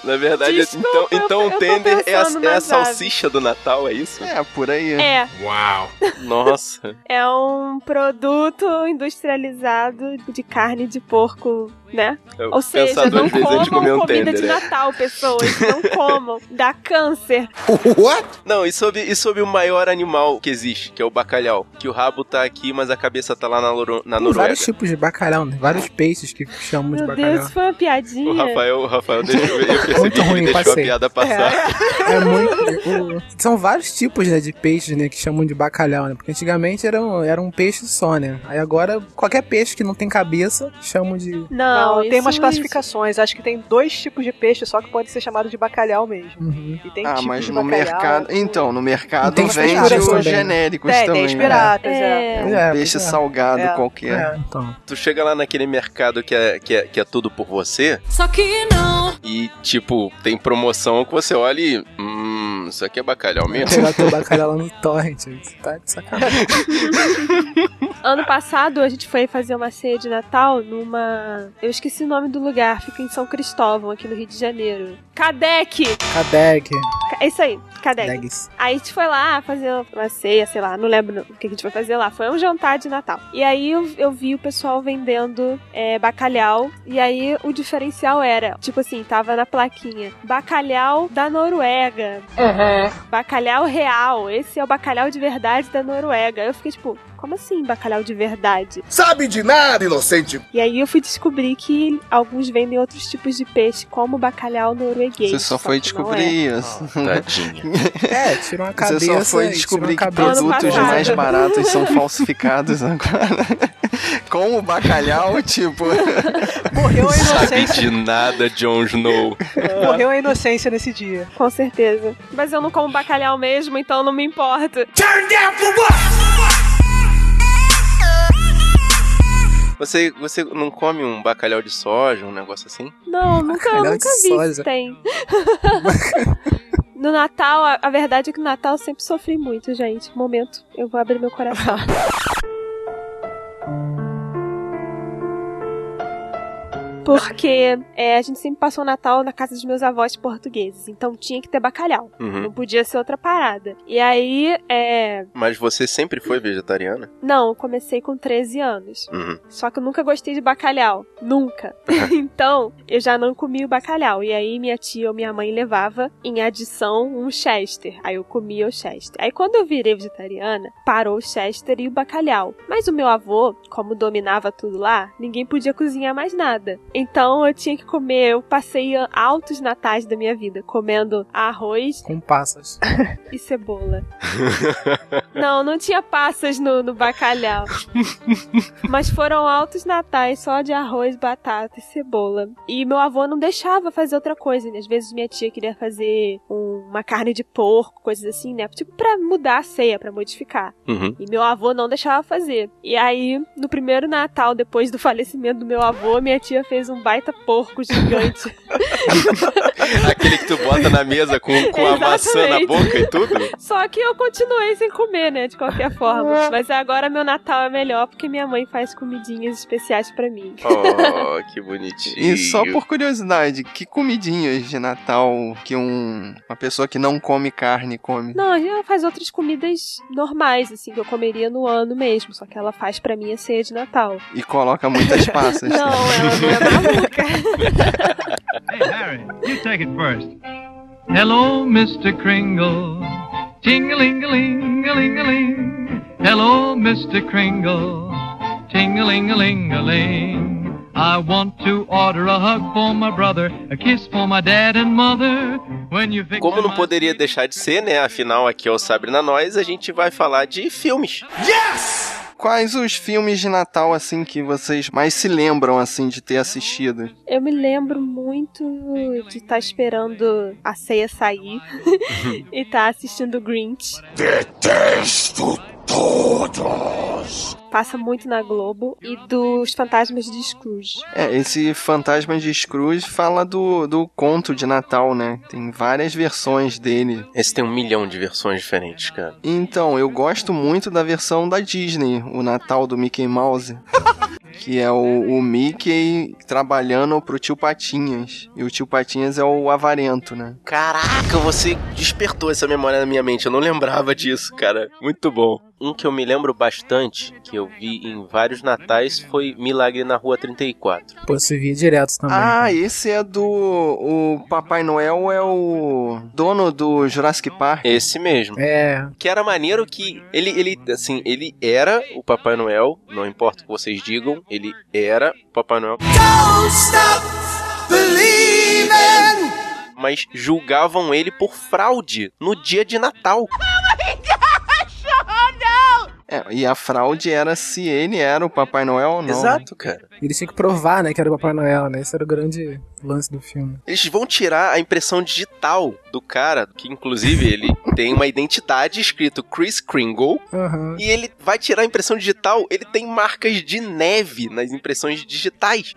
[SPEAKER 3] Na verdade,
[SPEAKER 2] Desculpa,
[SPEAKER 3] então, então
[SPEAKER 2] eu tô
[SPEAKER 3] o tender é a,
[SPEAKER 2] pensando
[SPEAKER 3] é a
[SPEAKER 2] nas
[SPEAKER 3] salsicha do Natal, é isso?
[SPEAKER 1] É, por aí.
[SPEAKER 2] é.
[SPEAKER 3] [LAUGHS] Nossa.
[SPEAKER 2] É um produto industrializado de carne de porco, né?
[SPEAKER 3] Eu
[SPEAKER 2] Ou seja,
[SPEAKER 3] pensar
[SPEAKER 2] não
[SPEAKER 3] duas vezes antes de comer
[SPEAKER 2] comam
[SPEAKER 3] um
[SPEAKER 2] comida
[SPEAKER 3] tender,
[SPEAKER 2] de
[SPEAKER 3] né?
[SPEAKER 2] Natal,
[SPEAKER 3] [LAUGHS]
[SPEAKER 2] pessoas. Não comam. Dá câncer.
[SPEAKER 3] Não, e sobre, e sobre o maior animal que existe, que é o bacalhau. Que o rabo tá aqui, mas a cabeça tá lá na, Loro- na
[SPEAKER 4] Tem vários
[SPEAKER 3] Noruega.
[SPEAKER 4] tipos de bacalhau, né? Vários peixes que chamam de
[SPEAKER 2] Meu Deus,
[SPEAKER 4] bacalhau.
[SPEAKER 2] isso foi uma
[SPEAKER 3] O
[SPEAKER 2] piadinha.
[SPEAKER 3] Rafael, o Rafael
[SPEAKER 2] [LAUGHS]
[SPEAKER 3] deixou, eu percebi que ele
[SPEAKER 4] ruim,
[SPEAKER 3] deixou
[SPEAKER 4] passei.
[SPEAKER 3] a piada passar.
[SPEAKER 4] É muito. o- são vários tipos né, de peixes né, que chamam de bacalhau, né? Porque antigamente era um, era um peixe só, né? Aí agora qualquer peixe que não tem cabeça chamam de.
[SPEAKER 2] não, Não,
[SPEAKER 5] Não, tem
[SPEAKER 2] isso-
[SPEAKER 5] umas classificações. Acho que tem dois tipos de peixe só que podem ser chamados de bacalhau mesmo.
[SPEAKER 4] Uhum.
[SPEAKER 5] E tem
[SPEAKER 1] Ah,
[SPEAKER 5] tipos
[SPEAKER 1] mas
[SPEAKER 5] tipo, de
[SPEAKER 1] no
[SPEAKER 5] bacalhau,
[SPEAKER 1] mercado.
[SPEAKER 5] assim.
[SPEAKER 1] Então, no mercado
[SPEAKER 4] Tem os
[SPEAKER 1] vende
[SPEAKER 4] piratas
[SPEAKER 1] os
[SPEAKER 4] também.
[SPEAKER 1] genéricos
[SPEAKER 5] É, Tem,
[SPEAKER 1] também.
[SPEAKER 5] tem os
[SPEAKER 1] né?
[SPEAKER 5] piratas, é.
[SPEAKER 2] É.
[SPEAKER 1] Um
[SPEAKER 4] É,
[SPEAKER 1] peixe
[SPEAKER 4] pois é.
[SPEAKER 1] salgado
[SPEAKER 5] É.
[SPEAKER 1] qualquer.
[SPEAKER 4] É, então.
[SPEAKER 3] Tu chega lá naquele mercado que é, que é, que é tudo por você.
[SPEAKER 11] Só que não.
[SPEAKER 3] E, tipo, tem promoção que você olha e. Hum, isso aqui é bacalhau mesmo.
[SPEAKER 4] Pegar teu bacalhau lá no torrent, você tá de sacanagem.
[SPEAKER 2] Ano passado a gente foi fazer uma ceia de Natal numa. Eu esqueci o nome do lugar, fica em São Cristóvão, aqui no Rio de Janeiro. Cadec!
[SPEAKER 4] Cadeg,
[SPEAKER 2] Ca- É isso aí, Cadec.
[SPEAKER 4] Degs.
[SPEAKER 2] Aí a gente foi lá fazer uma ceia, sei lá, não lembro o que a gente foi fazer lá. Foi um jantar de Natal. E aí eu, eu vi o pessoal vendendo é, bacalhau. E aí o diferencial era, tipo assim, tava na plaquinha: bacalhau da Noruega.
[SPEAKER 8] Uhum.
[SPEAKER 2] Bacalhau real. Esse é o bacalhau de verdade da Noruega. Eu fiquei tipo. Como assim bacalhau de verdade?
[SPEAKER 8] Sabe de nada, inocente!
[SPEAKER 2] E aí eu fui descobrir que alguns vendem outros tipos de peixe, como bacalhau norueguês.
[SPEAKER 1] Você só foi
[SPEAKER 2] [LAUGHS] que não é.
[SPEAKER 1] descobrir isso.
[SPEAKER 3] Tadinha.
[SPEAKER 4] É, tirou uma cabeça.
[SPEAKER 1] Você só foi
[SPEAKER 4] e
[SPEAKER 1] descobrir que
[SPEAKER 4] tirou uma cabeça.
[SPEAKER 1] produtos
[SPEAKER 2] Ano
[SPEAKER 1] mais
[SPEAKER 2] passado.
[SPEAKER 1] baratos
[SPEAKER 4] [LAUGHS]
[SPEAKER 1] são falsificados agora. Com o bacalhau, tipo.
[SPEAKER 5] Morreu a
[SPEAKER 3] Sabe
[SPEAKER 5] inocência.
[SPEAKER 3] de nada, Jon Snow.
[SPEAKER 5] [LAUGHS] Morreu a inocência nesse dia.
[SPEAKER 2] Com certeza. Mas eu não como bacalhau mesmo, então não me importa.
[SPEAKER 3] Você, você não come um bacalhau de soja, um negócio assim?
[SPEAKER 2] Não, nunca, eu
[SPEAKER 4] Bacalhau
[SPEAKER 2] nunca
[SPEAKER 4] de
[SPEAKER 2] vi
[SPEAKER 4] soja.
[SPEAKER 2] se [LAUGHS] tem. No Natal, a, a verdade é que no Natal eu sempre sofri muito, gente. Momento, eu vou abrir meu [LAUGHS] coração. Porque é, a gente sempre passou o Natal na casa dos meus avós portugueses, então tinha que ter bacalhau.
[SPEAKER 3] Uhum.
[SPEAKER 2] Não podia ser outra parada. E aí, é,
[SPEAKER 3] Mas você sempre foi vegetariana?
[SPEAKER 2] não, eu comecei com 13 anos.
[SPEAKER 3] Uhum.
[SPEAKER 2] Só que eu nunca gostei de bacalhau. Nunca. então, eu já não comia o bacalhau. E aí, minha tia ou minha mãe levava, em adição, um Chester. Aí eu comia o Chester. Aí, quando eu virei vegetariana, parou o Chester e o bacalhau. Mas o meu avô, como dominava tudo lá, ninguém podia cozinhar mais nada. Então, eu tinha que comer. Eu passei altos natais da minha vida comendo arroz
[SPEAKER 4] Com passas.
[SPEAKER 2] e cebola. não, não tinha passas no, no bacalhau. Mas foram altos natais só de arroz, batata e cebola. E meu avô não deixava fazer outra coisa. Né? Às vezes minha tia queria fazer um- uma carne de porco, coisas assim, né? Tipo, pra mudar a ceia, pra modificar.
[SPEAKER 3] Uhum.
[SPEAKER 2] E meu avô não deixava fazer. E aí, no primeiro Natal, depois do [LAUGHS] falecimento do meu avô, minha tia fez um baita porco gigante.
[SPEAKER 3] Aquele que tu bota na mesa com, com a maçã na
[SPEAKER 2] Exatamente.
[SPEAKER 3] boca
[SPEAKER 1] [LAUGHS]
[SPEAKER 3] e tudo?
[SPEAKER 2] Só que eu continuei sem comer, né? De qualquer [LAUGHS] forma. Mas agora meu Natal é melhor porque minha mãe faz comidinhas especiais pra mim.
[SPEAKER 3] Oh, que bonitinho.
[SPEAKER 1] E só por curiosidade, que comidinhas de Natal que um, uma pessoa que não come carne come?
[SPEAKER 2] Não, ela faz outras comidas normais, assim, que eu comeria no ano mesmo. Só que ela faz pra mim a ceia de Natal.
[SPEAKER 1] E coloca muitas passas.
[SPEAKER 2] [LAUGHS] Não, ela [LAUGHS] não é maluca.
[SPEAKER 9] Hey, Harry, you take it first. Hello, Mr. Kringle. Ting-a-ling-a-ling-a-ling-a-ling. Hello, Mr. Kringle. Ting-a-ling-a-ling-a-ling. I want to order a hug for my brother, a kiss for my dad and mother. When you fix
[SPEAKER 3] Como não
[SPEAKER 9] my-
[SPEAKER 3] poderia deixar de ser, né? Afinal, aqui é o Sabrina Nós, a gente vai falar de filmes.
[SPEAKER 1] Quais os filmes de Natal, assim, que vocês mais se lembram, assim, de ter assistido?
[SPEAKER 2] Eu me lembro muito de estar esperando a ceia sair [LAUGHS] e estar assistindo o Grinch.
[SPEAKER 10] Detesto todos!
[SPEAKER 2] Passa muito na Globo. E dos Fantasmas de Scrooge.
[SPEAKER 1] É, esse Fantasma de Scrooge fala do, do conto de Natal, né? Tem várias versões dele.
[SPEAKER 3] Esse tem um milhão de versões diferentes, cara.
[SPEAKER 1] Então, eu gosto muito da versão da Disney, o Natal do Mickey Mouse. [LAUGHS] Que é o, o Mickey trabalhando pro tio Patinhas. E o tio Patinhas é o avarento, né?
[SPEAKER 3] Caraca, você despertou essa memória na minha mente. Eu não lembrava disso, cara. Muito bom. Um que eu me lembro bastante, que eu vi em vários natais, foi Milagre na Rua 34.
[SPEAKER 4] Pô, se via direto também.
[SPEAKER 1] Ah, esse é do. O Papai Noel é o dono do Jurassic Park.
[SPEAKER 3] Esse mesmo.
[SPEAKER 4] É,
[SPEAKER 3] Que era maneiro que ele, ele, assim, ele era o Papai Noel, não importa o que vocês digam, ele era o Papai Noel. Mas julgavam ele por fraude no dia de Natal.
[SPEAKER 1] É, e a fraude era se ele era o Papai Noel ou não. né?
[SPEAKER 3] Exato, cara.
[SPEAKER 4] Eles tinham que provar, né, que era o Papai Noel, né? Esse era o grande lance do filme.
[SPEAKER 3] Eles vão tirar a impressão digital do cara, que inclusive ele tem uma identidade escrito Chris Kringle,
[SPEAKER 4] Aham.
[SPEAKER 3] e ele vai tirar a impressão digital, ele tem marcas de neve nas impressões digitais.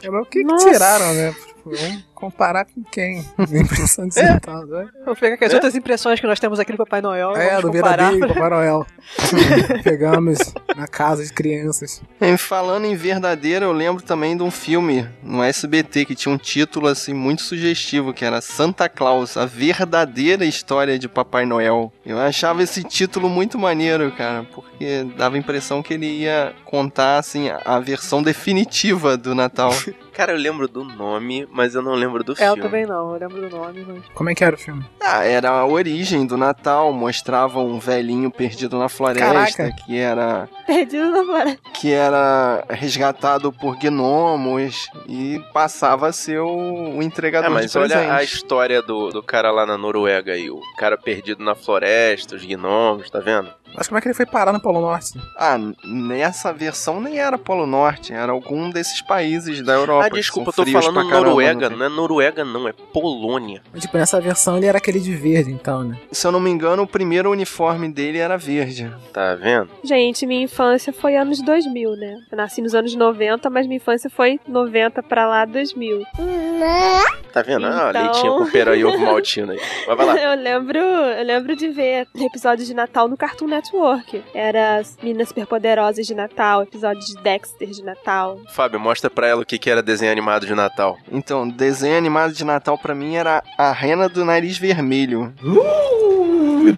[SPEAKER 4] É, mas o que, que
[SPEAKER 2] Nossa.
[SPEAKER 4] tiraram, né? Tipo, vamos comparar com quem? Impressão digital, né?
[SPEAKER 5] Vou pegar aqui as outras impressões que nós temos aqui do Papai Noel.
[SPEAKER 4] É,
[SPEAKER 5] vamos
[SPEAKER 4] do
[SPEAKER 5] comparar.
[SPEAKER 4] verdadeiro Papai Noel. [LAUGHS] Pegamos na casa de crianças.
[SPEAKER 1] E falando em verdadeira, eu lembro também de um filme no SBT que tinha um título assim muito sugestivo, que era Santa Claus, a verdadeira história de Papai Noel. Eu achava esse título muito maneiro, cara, porque dava a impressão que ele ia contar assim a versão definitiva do Natal.
[SPEAKER 3] Cara, eu lembro do nome, mas eu não lembro do
[SPEAKER 5] É, eu
[SPEAKER 3] filme.
[SPEAKER 5] também não, eu lembro do nome, mas.
[SPEAKER 4] Como é que era o filme?
[SPEAKER 1] Ah, era a origem do Natal, mostrava um velhinho perdido na floresta,
[SPEAKER 4] Caraca.
[SPEAKER 1] que era
[SPEAKER 2] Perdido na floresta.
[SPEAKER 1] que era resgatado por gnomos e passava a ser o, o entregador
[SPEAKER 3] É, mas
[SPEAKER 1] de presente.
[SPEAKER 3] olha a história do, do cara lá na Noruega aí, o cara perdido na floresta, os gnomos, tá vendo?
[SPEAKER 4] Mas como é que ele foi parar no Polo Norte?
[SPEAKER 1] Ah, nessa versão nem era Polo Norte, era algum desses países da Europa.
[SPEAKER 3] ah,
[SPEAKER 1] que
[SPEAKER 3] desculpa, eu
[SPEAKER 1] são
[SPEAKER 3] tô
[SPEAKER 1] frios
[SPEAKER 3] falando
[SPEAKER 1] pra caramba, né?
[SPEAKER 3] Noruega,
[SPEAKER 1] tem-
[SPEAKER 3] não é Noruega não, é Polônia.
[SPEAKER 4] Mas, Tipo, nessa versão ele era aquele de verde, então, né?
[SPEAKER 1] Se eu não me engano, o primeiro uniforme dele era verde.
[SPEAKER 3] Tá vendo?
[SPEAKER 2] Gente, minha infância foi anos 2000, né? Eu nasci nos anos 90, mas minha infância foi 90 pra lá 2000.
[SPEAKER 3] Tá vendo? Ah,
[SPEAKER 2] Então-
[SPEAKER 3] leitinho com pera e ovo maltino aí. Mas vai lá.
[SPEAKER 2] [LAUGHS] Eu lembro, eu lembro de ver episódios de Natal no Cartoon Network. Era as Meninas Superpoderosas de Natal, episódios de Dexter de Natal.
[SPEAKER 3] Fábio, mostra pra ela o que, que era desenho animado de Natal.
[SPEAKER 1] Então, desenho animado de Natal pra mim era a rena do nariz vermelho.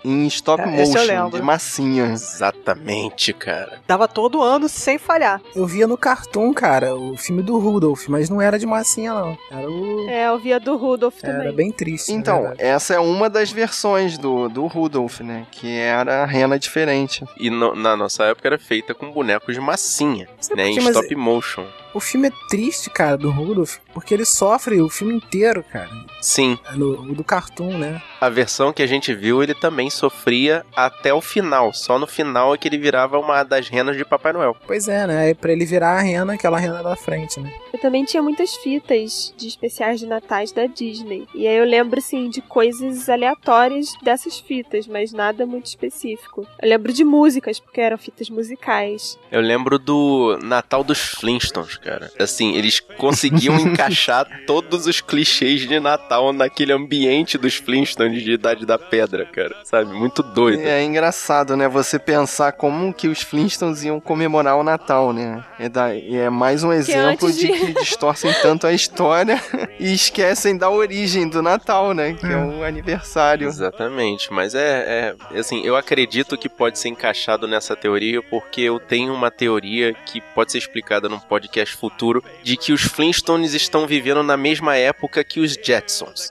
[SPEAKER 1] Em stop
[SPEAKER 5] É, esse eu
[SPEAKER 1] motion,
[SPEAKER 5] lembro.
[SPEAKER 1] de massinha.
[SPEAKER 3] Exatamente, cara.
[SPEAKER 5] Dava todo ano sem falhar.
[SPEAKER 4] Eu via no Cartoon, cara, o filme do Rudolph, mas não era de massinha, não. Era o.
[SPEAKER 2] É, eu via do Rudolph
[SPEAKER 4] Era
[SPEAKER 2] também.
[SPEAKER 4] bem triste. na
[SPEAKER 1] Então,
[SPEAKER 4] verdade.
[SPEAKER 1] essa é uma das versões do, do Rudolph, né? Que era a rena diferente.
[SPEAKER 3] E no- na nossa época era feita com bonecos de massinha,
[SPEAKER 4] Sabe
[SPEAKER 3] né?
[SPEAKER 4] por
[SPEAKER 3] Em
[SPEAKER 4] quê? Mas
[SPEAKER 3] stop motion.
[SPEAKER 4] o filme é triste, cara, do Rudolph, porque ele sofre o filme inteiro, cara. É
[SPEAKER 3] Sim,
[SPEAKER 4] No, o do Cartoon, né?
[SPEAKER 3] a versão que a gente viu, ele também sofria até o final. Só no final é que ele virava uma das renas de Papai Noel.
[SPEAKER 4] Pois é, né? Aí pra ele virar a rena, aquela rena da frente, né?
[SPEAKER 2] Eu também tinha muitas fitas de especiais de natais da Disney. E aí eu lembro, assim, de coisas aleatórias dessas fitas, mas nada muito específico. Eu lembro de músicas, porque eram fitas musicais.
[SPEAKER 3] Eu lembro do Natal dos Flintstones, cara. Assim, eles conseguiam encaixar todos os clichês de Natal naquele ambiente dos Flintstones de Idade da Pedra, cara. Sabe? Muito doido.
[SPEAKER 1] É engraçado, né? Você pensar como que os Flintstones iam comemorar o Natal, né? É, da- e é mais um exemplo
[SPEAKER 2] antes
[SPEAKER 1] de...
[SPEAKER 2] de-
[SPEAKER 1] que distorcem tanto a história [LAUGHS] e esquecem da origem do Natal, né? Que é o aniversário.
[SPEAKER 3] Exatamente, mas é, é- assim, eu acredito que pode ser encaixado nessa teoria porque eu tenho uma teoria que pode ser explicada num podcast futuro de que os Flintstones estão vivendo na mesma época que os Jetsons.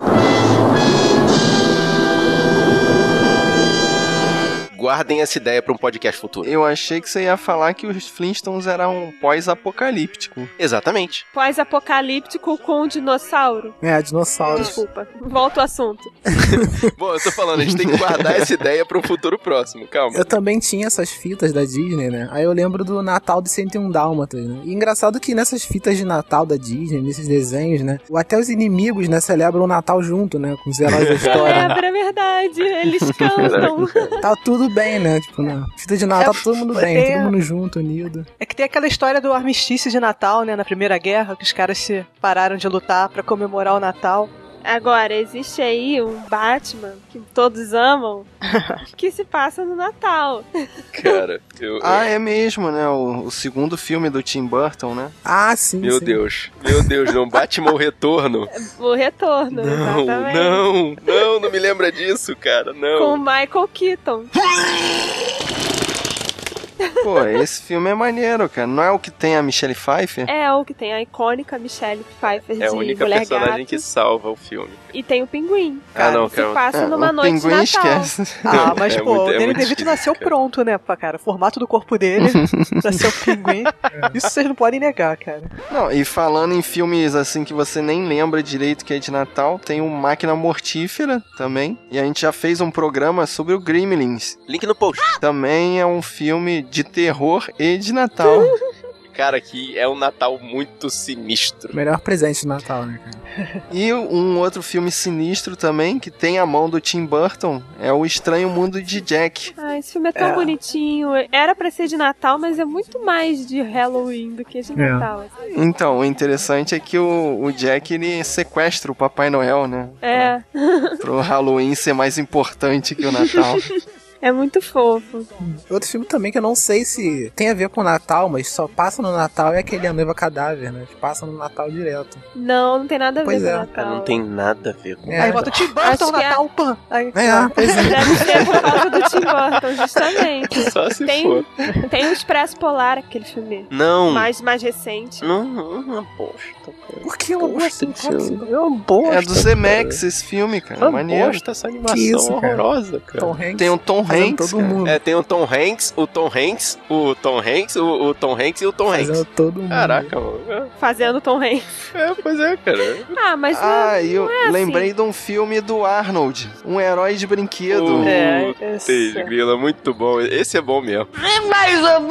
[SPEAKER 3] Guardem essa ideia para um podcast futuro.
[SPEAKER 1] Eu achei que você ia falar que os Flintstones eram um pós-apocalíptico.
[SPEAKER 3] Exatamente.
[SPEAKER 2] Pós-apocalíptico com dinossauro.
[SPEAKER 4] É, dinossauros.
[SPEAKER 2] Desculpa, volta ao assunto.
[SPEAKER 3] [LAUGHS] Bom, eu tô falando, a gente tem que guardar essa ideia para um futuro próximo, calma.
[SPEAKER 4] Eu também tinha essas fitas da Disney, né? Aí eu lembro do Natal de 101 Dálmatas, né? E engraçado que nessas fitas de Natal da Disney, nesses desenhos, né? Até os inimigos, né, celebram o Natal junto, né? Com os heróis da
[SPEAKER 2] Eu [LAUGHS]
[SPEAKER 4] história. né?
[SPEAKER 2] lembro, é verdade. Eles cantam.
[SPEAKER 4] Tá tudo bem, né? Tipo, na fita de Natal, tá todo mundo bem,
[SPEAKER 5] É.
[SPEAKER 4] todo mundo junto, unido.
[SPEAKER 5] É que tem aquela história do armistício de Natal, né? Na Primeira Guerra, que os caras se pararam de lutar pra comemorar o Natal.
[SPEAKER 2] Agora, existe aí um Batman que todos amam que se passa no Natal.
[SPEAKER 3] Cara, eu,
[SPEAKER 1] Ah, é mesmo, né? O, o segundo filme do Tim Burton, né?
[SPEAKER 4] Ah, sim.
[SPEAKER 3] meu
[SPEAKER 4] sim.
[SPEAKER 3] Deus, meu Deus, não Batman o retorno.
[SPEAKER 2] O retorno,
[SPEAKER 3] Não,
[SPEAKER 2] exatamente.
[SPEAKER 3] não, não, não me lembra disso, cara,
[SPEAKER 2] Com o
[SPEAKER 3] não.
[SPEAKER 2] Michael Keaton.
[SPEAKER 1] Pô, esse filme é maneiro, cara. Não é o que tem a Michelle Pfeiffer?
[SPEAKER 2] É o que tem a icônica Michelle Pfeiffer de
[SPEAKER 3] É a única
[SPEAKER 2] Mulher
[SPEAKER 3] personagem
[SPEAKER 2] Gato.
[SPEAKER 3] que salva o filme.
[SPEAKER 2] E tem o pinguim.
[SPEAKER 3] Ah, não,
[SPEAKER 2] que
[SPEAKER 3] cara.
[SPEAKER 2] passa
[SPEAKER 1] É,
[SPEAKER 2] numa
[SPEAKER 1] o
[SPEAKER 2] noite de
[SPEAKER 1] pinguim
[SPEAKER 2] Natal.
[SPEAKER 1] esquece.
[SPEAKER 5] Ah, mas
[SPEAKER 3] É
[SPEAKER 5] pô,
[SPEAKER 3] muito-
[SPEAKER 5] o
[SPEAKER 3] é
[SPEAKER 5] Danny
[SPEAKER 3] muito
[SPEAKER 5] DeVito
[SPEAKER 3] difícil,
[SPEAKER 5] nasceu
[SPEAKER 3] cara.
[SPEAKER 5] pronto, né, pá, cara? O formato do
[SPEAKER 3] [LAUGHS]
[SPEAKER 5] corpo dele pra ser o pinguim. Isso vocês não podem negar, cara.
[SPEAKER 1] Não, e falando em filmes assim que você nem lembra direito que é de Natal, tem o Máquina Mortífera também. E a gente já fez um programa sobre o Gremlins.
[SPEAKER 3] Link no post.
[SPEAKER 1] Também é um filme de terror e de Natal.
[SPEAKER 3] Cara, que é um Natal muito sinistro.
[SPEAKER 4] Melhor presente de Natal, né, cara?
[SPEAKER 1] E um outro filme sinistro também, que tem a mão do Tim Burton, é O Estranho Mundo de Jack.
[SPEAKER 2] Ah, esse filme é tão
[SPEAKER 5] É.
[SPEAKER 2] bonitinho. Era pra ser de Natal, mas é muito mais de Halloween do que de Natal. assim.
[SPEAKER 1] Então, o interessante é que o, o Jack ele sequestra o Papai Noel, né?
[SPEAKER 2] É,
[SPEAKER 1] Pro Halloween ser mais importante que o Natal.
[SPEAKER 2] é muito fofo.
[SPEAKER 4] Outro filme também que eu não sei se tem a ver com o Natal, mas só passa no Natal é aquele A Noiva Cadáver, né? Que passa no Natal direto.
[SPEAKER 2] Não, não tem nada a ver
[SPEAKER 4] Pois
[SPEAKER 2] com
[SPEAKER 4] é.
[SPEAKER 2] Natal.
[SPEAKER 3] Não tem nada a ver com
[SPEAKER 4] É,
[SPEAKER 5] Aí bota o Tim
[SPEAKER 2] Acho
[SPEAKER 5] Burton,
[SPEAKER 2] que é-
[SPEAKER 5] Natal, Pan. Aí,
[SPEAKER 4] É, pois é.
[SPEAKER 2] Deve ser por causa do Tim Burton, justamente.
[SPEAKER 3] Só se
[SPEAKER 2] Tem,
[SPEAKER 3] for. Hum.
[SPEAKER 2] tem o Expresso Polar, aquele filme
[SPEAKER 3] Não.
[SPEAKER 2] mais, mais recente.
[SPEAKER 3] Não, não é uma bosta. cara.
[SPEAKER 4] Por que eu
[SPEAKER 3] Bosta
[SPEAKER 4] gosto
[SPEAKER 3] de
[SPEAKER 4] de
[SPEAKER 3] filme. É uma bosta.
[SPEAKER 1] É do Zemex esse filme,
[SPEAKER 3] cara. É
[SPEAKER 1] cara.
[SPEAKER 3] uma
[SPEAKER 1] Maneiro.
[SPEAKER 3] bosta essa animação
[SPEAKER 4] Que isso, cara?
[SPEAKER 3] horrorosa, cara.
[SPEAKER 4] é Tom Hanks?
[SPEAKER 1] Tem um o Tom
[SPEAKER 4] fazendo
[SPEAKER 1] Hanks.
[SPEAKER 4] todo mundo.
[SPEAKER 3] É, tem o Tom Hanks, o Tom Hanks, o Tom Hanks, o, o Tom Hanks e o Tom
[SPEAKER 4] Fazendo
[SPEAKER 3] Hanks.
[SPEAKER 4] todo mundo.
[SPEAKER 3] Caraca, mano.
[SPEAKER 2] Fazendo Tom Hanks.
[SPEAKER 3] É, é, pois é, cara.
[SPEAKER 2] Ah, mas
[SPEAKER 1] Ah, eu
[SPEAKER 2] assim.
[SPEAKER 1] lembrei de um filme do Arnold, um herói de brinquedo.
[SPEAKER 3] O-
[SPEAKER 5] É,
[SPEAKER 3] Putz,
[SPEAKER 5] esse-
[SPEAKER 3] grila, muito bom. Esse é bom mesmo.
[SPEAKER 10] Mais ou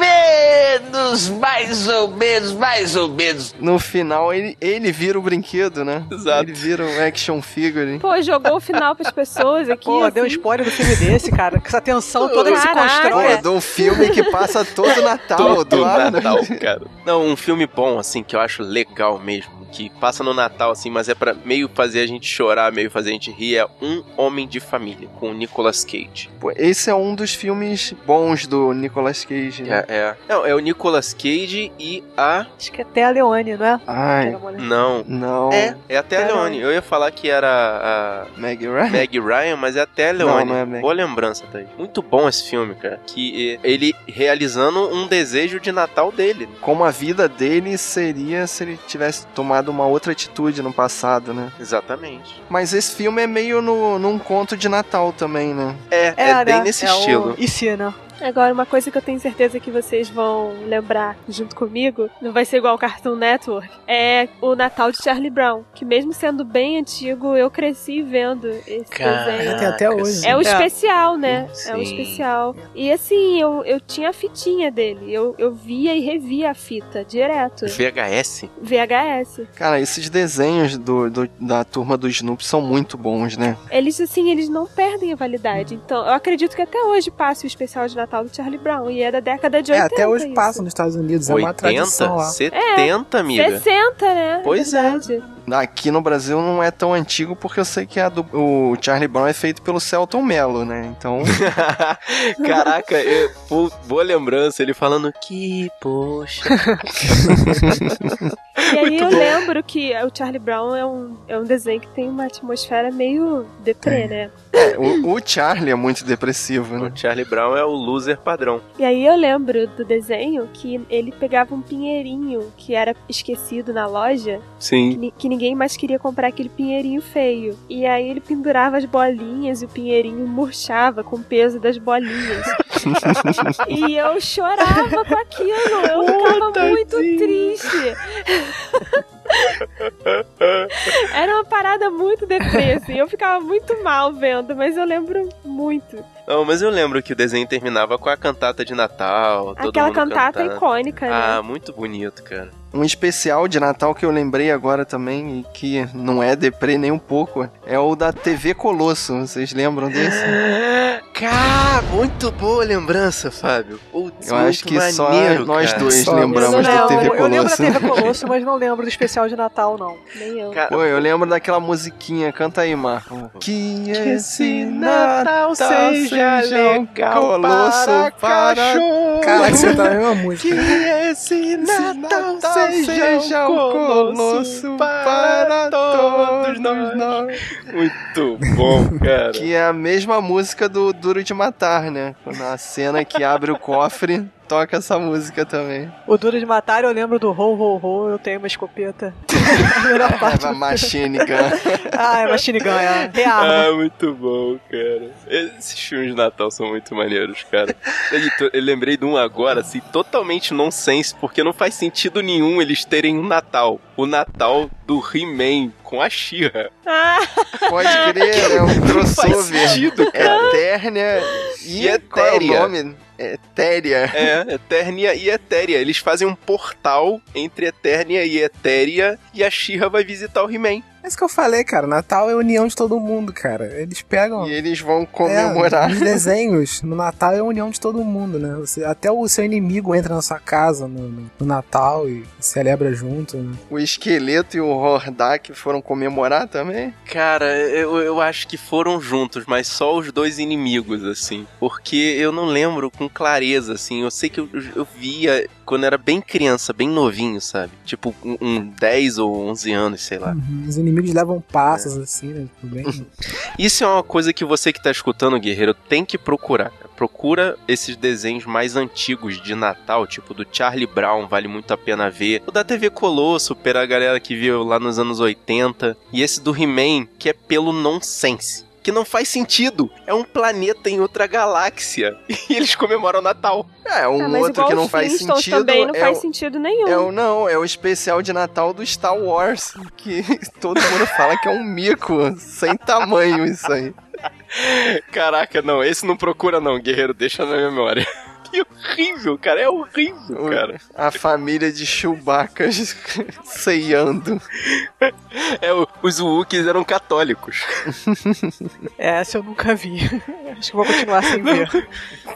[SPEAKER 10] menos, mais ou menos, mais ou menos.
[SPEAKER 1] No final ele, ele vira o brinquedo, né?
[SPEAKER 3] Exato.
[SPEAKER 1] Ele vira o action figure.
[SPEAKER 2] Pô, jogou o final pras pessoas aqui.
[SPEAKER 5] Pô, deu um
[SPEAKER 2] assim.
[SPEAKER 5] spoiler do filme desse, cara. Com essa tensão toda que se
[SPEAKER 2] Caraca. É.
[SPEAKER 5] constrói.
[SPEAKER 1] Pô, de um filme que passa
[SPEAKER 3] [LAUGHS]
[SPEAKER 1] todo Natal
[SPEAKER 3] Todo
[SPEAKER 1] do Arnold.
[SPEAKER 3] Natal, cara. Não, um filme bom, assim, que eu acho legal mesmo, que passa no Natal, assim, mas é pra meio fazer a gente chorar, meio fazer a gente rir, é Um Homem de Família, com o Nicolas Cage.
[SPEAKER 1] Pô, esse é um dos filmes bons do Nicolas Cage. né?
[SPEAKER 3] É, é. Não, é o Nicolas Cage e a...
[SPEAKER 5] Acho que até a Leone, não é? Era
[SPEAKER 1] Ai,
[SPEAKER 5] a mulher.
[SPEAKER 3] Não.
[SPEAKER 1] não.
[SPEAKER 3] É, é até a
[SPEAKER 5] Era-
[SPEAKER 3] Leone. Eu ia falar que era
[SPEAKER 1] Meg
[SPEAKER 3] a
[SPEAKER 1] Ryan?
[SPEAKER 3] [LAUGHS] Meg Ryan, mas é até a
[SPEAKER 1] Não,
[SPEAKER 3] Leone.
[SPEAKER 1] não é Meg.
[SPEAKER 3] Boa lembrança, Thaís. Muito bom esse filme, cara. Que eh, ele realizando um desejo de Natal dele. né?
[SPEAKER 1] Como a vida dele seria se ele tivesse tomado uma outra atitude no passado, né?
[SPEAKER 3] Exatamente.
[SPEAKER 1] Mas esse filme é meio no, num conto de Natal também, né?
[SPEAKER 3] É, é,
[SPEAKER 5] Era,
[SPEAKER 3] bem nesse
[SPEAKER 5] é o-
[SPEAKER 3] estilo.
[SPEAKER 5] E se, né?
[SPEAKER 2] Agora, uma coisa que eu tenho certeza que vocês vão lembrar junto comigo, não vai ser igual o Cartoon Network, é o Natal de Charlie Brown, que mesmo sendo bem antigo, eu cresci vendo esse desenho.
[SPEAKER 4] Tem até hoje.
[SPEAKER 2] É o
[SPEAKER 5] É.
[SPEAKER 2] especial, né? É o
[SPEAKER 3] Sim.
[SPEAKER 2] especial. E assim, eu, eu tinha a fitinha dele. Eu, eu via e revia a fita direto.
[SPEAKER 3] VHS?
[SPEAKER 2] VHS.
[SPEAKER 1] Cara, esses desenhos do, do- da turma do Snoopy são muito bons, né?
[SPEAKER 2] Eles, assim, eles não perdem a validade. Então, eu acredito que até hoje passa o especial de Natal do Charlie Brown. E é da década de
[SPEAKER 4] É,
[SPEAKER 2] 80.
[SPEAKER 4] até hoje
[SPEAKER 2] isso.
[SPEAKER 4] passa nos Estados Unidos, é uma tradição
[SPEAKER 3] 80?
[SPEAKER 4] lá.
[SPEAKER 2] É,
[SPEAKER 3] 70, amiga?
[SPEAKER 2] 60, né?
[SPEAKER 3] Pois é.
[SPEAKER 2] verdade.
[SPEAKER 1] [LAUGHS] Aqui no Brasil não é tão antigo porque eu sei que a do- o Charlie Brown é feito pelo Celton Mello, né?
[SPEAKER 3] [LAUGHS]
[SPEAKER 1] Então,
[SPEAKER 3] [LAUGHS] Caraca, eu- pô, boa lembrança. Ele falando que,
[SPEAKER 1] [LAUGHS]
[SPEAKER 3] poxa.
[SPEAKER 2] E aí
[SPEAKER 3] Muito
[SPEAKER 2] eu
[SPEAKER 3] bom.
[SPEAKER 2] lembro que o Charlie Brown é um, é um desenho que tem uma atmosfera meio deprê, né?
[SPEAKER 1] é, o, o Charlie é muito depressivo, né?
[SPEAKER 3] o Charlie Brown é o loser padrão.
[SPEAKER 2] E aí eu lembro do desenho que ele pegava um pinheirinho que era esquecido na loja, que,
[SPEAKER 3] Sim.
[SPEAKER 2] ni- que ninguém mais queria comprar aquele pinheirinho feio. E aí ele pendurava as bolinhas e o pinheirinho murchava com o peso das bolinhas. e eu chorava com aquilo, eu ficava muito triste. Era uma parada muito depressa e eu ficava muito mal vendo, mas eu lembro muito.
[SPEAKER 3] Não, mas eu lembro que o desenho terminava com a cantata de Natal. todo
[SPEAKER 2] Aquela
[SPEAKER 3] mundo
[SPEAKER 2] cantata
[SPEAKER 3] cantando.
[SPEAKER 2] icônica, né?
[SPEAKER 3] Ah, muito bonito, cara. [GASPS]
[SPEAKER 1] Um especial de Natal que eu lembrei agora também e que não é deprê nem um pouco, é o da TV Colosso. Vocês lembram desse?
[SPEAKER 3] [LAUGHS] Cara, muito boa lembrança, Fábio. Putz,
[SPEAKER 1] Eu acho
[SPEAKER 3] muito
[SPEAKER 1] que só
[SPEAKER 3] maneiro,
[SPEAKER 1] nós
[SPEAKER 3] cara.
[SPEAKER 1] dois
[SPEAKER 4] Só-
[SPEAKER 5] eu,
[SPEAKER 1] lembramos da
[SPEAKER 5] não,
[SPEAKER 1] TV
[SPEAKER 5] eu lembro da
[SPEAKER 1] Colosso.
[SPEAKER 5] TV Colosso, mas não lembro do especial de Natal, não.
[SPEAKER 2] Nem eu.
[SPEAKER 3] Cara,
[SPEAKER 1] Pô, eu lembro daquela musiquinha, canta aí, Marco. Que esse
[SPEAKER 3] Natal seja legal
[SPEAKER 1] Colosso
[SPEAKER 3] para
[SPEAKER 1] cachorro.
[SPEAKER 4] Caraca, você tá na [LAUGHS] mesma música.
[SPEAKER 3] esse
[SPEAKER 1] Natal seja um colosso para todos
[SPEAKER 3] nós. Muito bom, cara.
[SPEAKER 1] Que é a mesma música do Duro de Matar, né? Na cena que abre o cofre, toca essa música também.
[SPEAKER 5] O Duro de Matar, eu lembro do Ho Ho Ho, eu tenho uma escopeta. A melhor parte.
[SPEAKER 1] É a Machine Gun.
[SPEAKER 5] Ah, é Machine Gun, é. Rearma.
[SPEAKER 3] Ah, muito bom, cara. Esses filmes de Natal são muito maneiros, cara. E to- Eu lembrei de um agora, assim, totalmente nonsense, porque não faz sentido nenhum eles terem um Natal. O Natal do He-Man com a She-Ra.
[SPEAKER 2] Ah,
[SPEAKER 1] Pode crer, é um
[SPEAKER 3] Faz
[SPEAKER 1] crossover.
[SPEAKER 3] sentido, cara.
[SPEAKER 1] Eternia e,
[SPEAKER 3] E
[SPEAKER 1] qual é o
[SPEAKER 3] etérea.
[SPEAKER 1] nome? Etéria.
[SPEAKER 3] É, Eternia e Etéria. Eles fazem um portal entre Eternia e Etéria e a She-Ra vai visitar o He-Man.
[SPEAKER 4] É isso que eu falei, cara. Natal é a união de todo mundo, cara. Eles pegam.
[SPEAKER 1] E eles vão
[SPEAKER 4] É,
[SPEAKER 1] comemorar.
[SPEAKER 4] os desenhos, no Natal é a união de todo mundo, né? Você- até o seu inimigo entra na sua casa no, no- no Natal e celebra junto. Né?
[SPEAKER 1] O esqueleto e o Hordak foram comemorar também?
[SPEAKER 3] Cara, eu, eu acho que foram juntos, mas só os dois inimigos, assim. Porque eu não lembro com clareza, assim. Eu sei que eu, eu via quando era bem criança, bem novinho, sabe? Tipo, um, um 10 ou 11 anos, sei lá.
[SPEAKER 4] Uhum, Os inimigos levam passos, assim, né?
[SPEAKER 1] [LAUGHS]
[SPEAKER 4] Tudo bem.
[SPEAKER 3] Isso é uma coisa que você que tá escutando, guerreiro, tem que procurar. cara. Procura esses desenhos mais antigos de Natal, tipo do Charlie Brown, vale muito a pena ver. O da TV Colosso, pela galera que viu lá nos anos 80. E esse do He-Man, que é pelo nonsense. Que não faz sentido. É um planeta em outra galáxia. [LAUGHS] E eles comemoram o Natal.
[SPEAKER 1] É, um
[SPEAKER 2] ah, mas
[SPEAKER 1] outro
[SPEAKER 2] igual
[SPEAKER 1] que
[SPEAKER 2] os
[SPEAKER 1] não faz
[SPEAKER 2] Flintstones
[SPEAKER 1] sentido.
[SPEAKER 2] também não
[SPEAKER 1] é
[SPEAKER 2] faz
[SPEAKER 1] o-
[SPEAKER 2] sentido nenhum.
[SPEAKER 1] É o, não, é o especial de Natal do Star Wars,
[SPEAKER 3] [LAUGHS]
[SPEAKER 1] que todo mundo fala que é um mico, sem tamanho isso aí.
[SPEAKER 3] Caraca, não, esse não procura, não, guerreiro, deixa na memória. [LAUGHS] Que horrível, cara, é horrível,
[SPEAKER 1] O-
[SPEAKER 3] cara.
[SPEAKER 1] A família de Chewbacas [LAUGHS] ceiando.
[SPEAKER 3] É, o- os Wookiees eram católicos.
[SPEAKER 5] Essa eu nunca vi. [LAUGHS] Acho que vou continuar sem ver.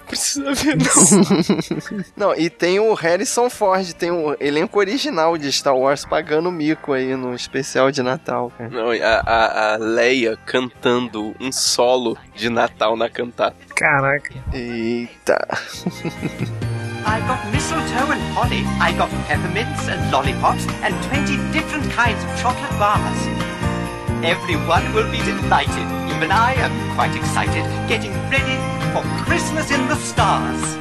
[SPEAKER 3] Precisa ver, não.
[SPEAKER 1] Não, e tem o Harrison Ford, tem o elenco original de Star Wars pagando mico aí no especial de Natal, cara.
[SPEAKER 3] Não, a, a- a Leia cantando um solo de Natal na cantata.
[SPEAKER 4] Caraca.
[SPEAKER 1] Eita.
[SPEAKER 6] I've got mistletoe and holly. I've got peppermints and lollipops and 20 different kinds of chocolate bars. Everyone will be delighted. Even I am quite excited, getting ready for Christmas in the stars.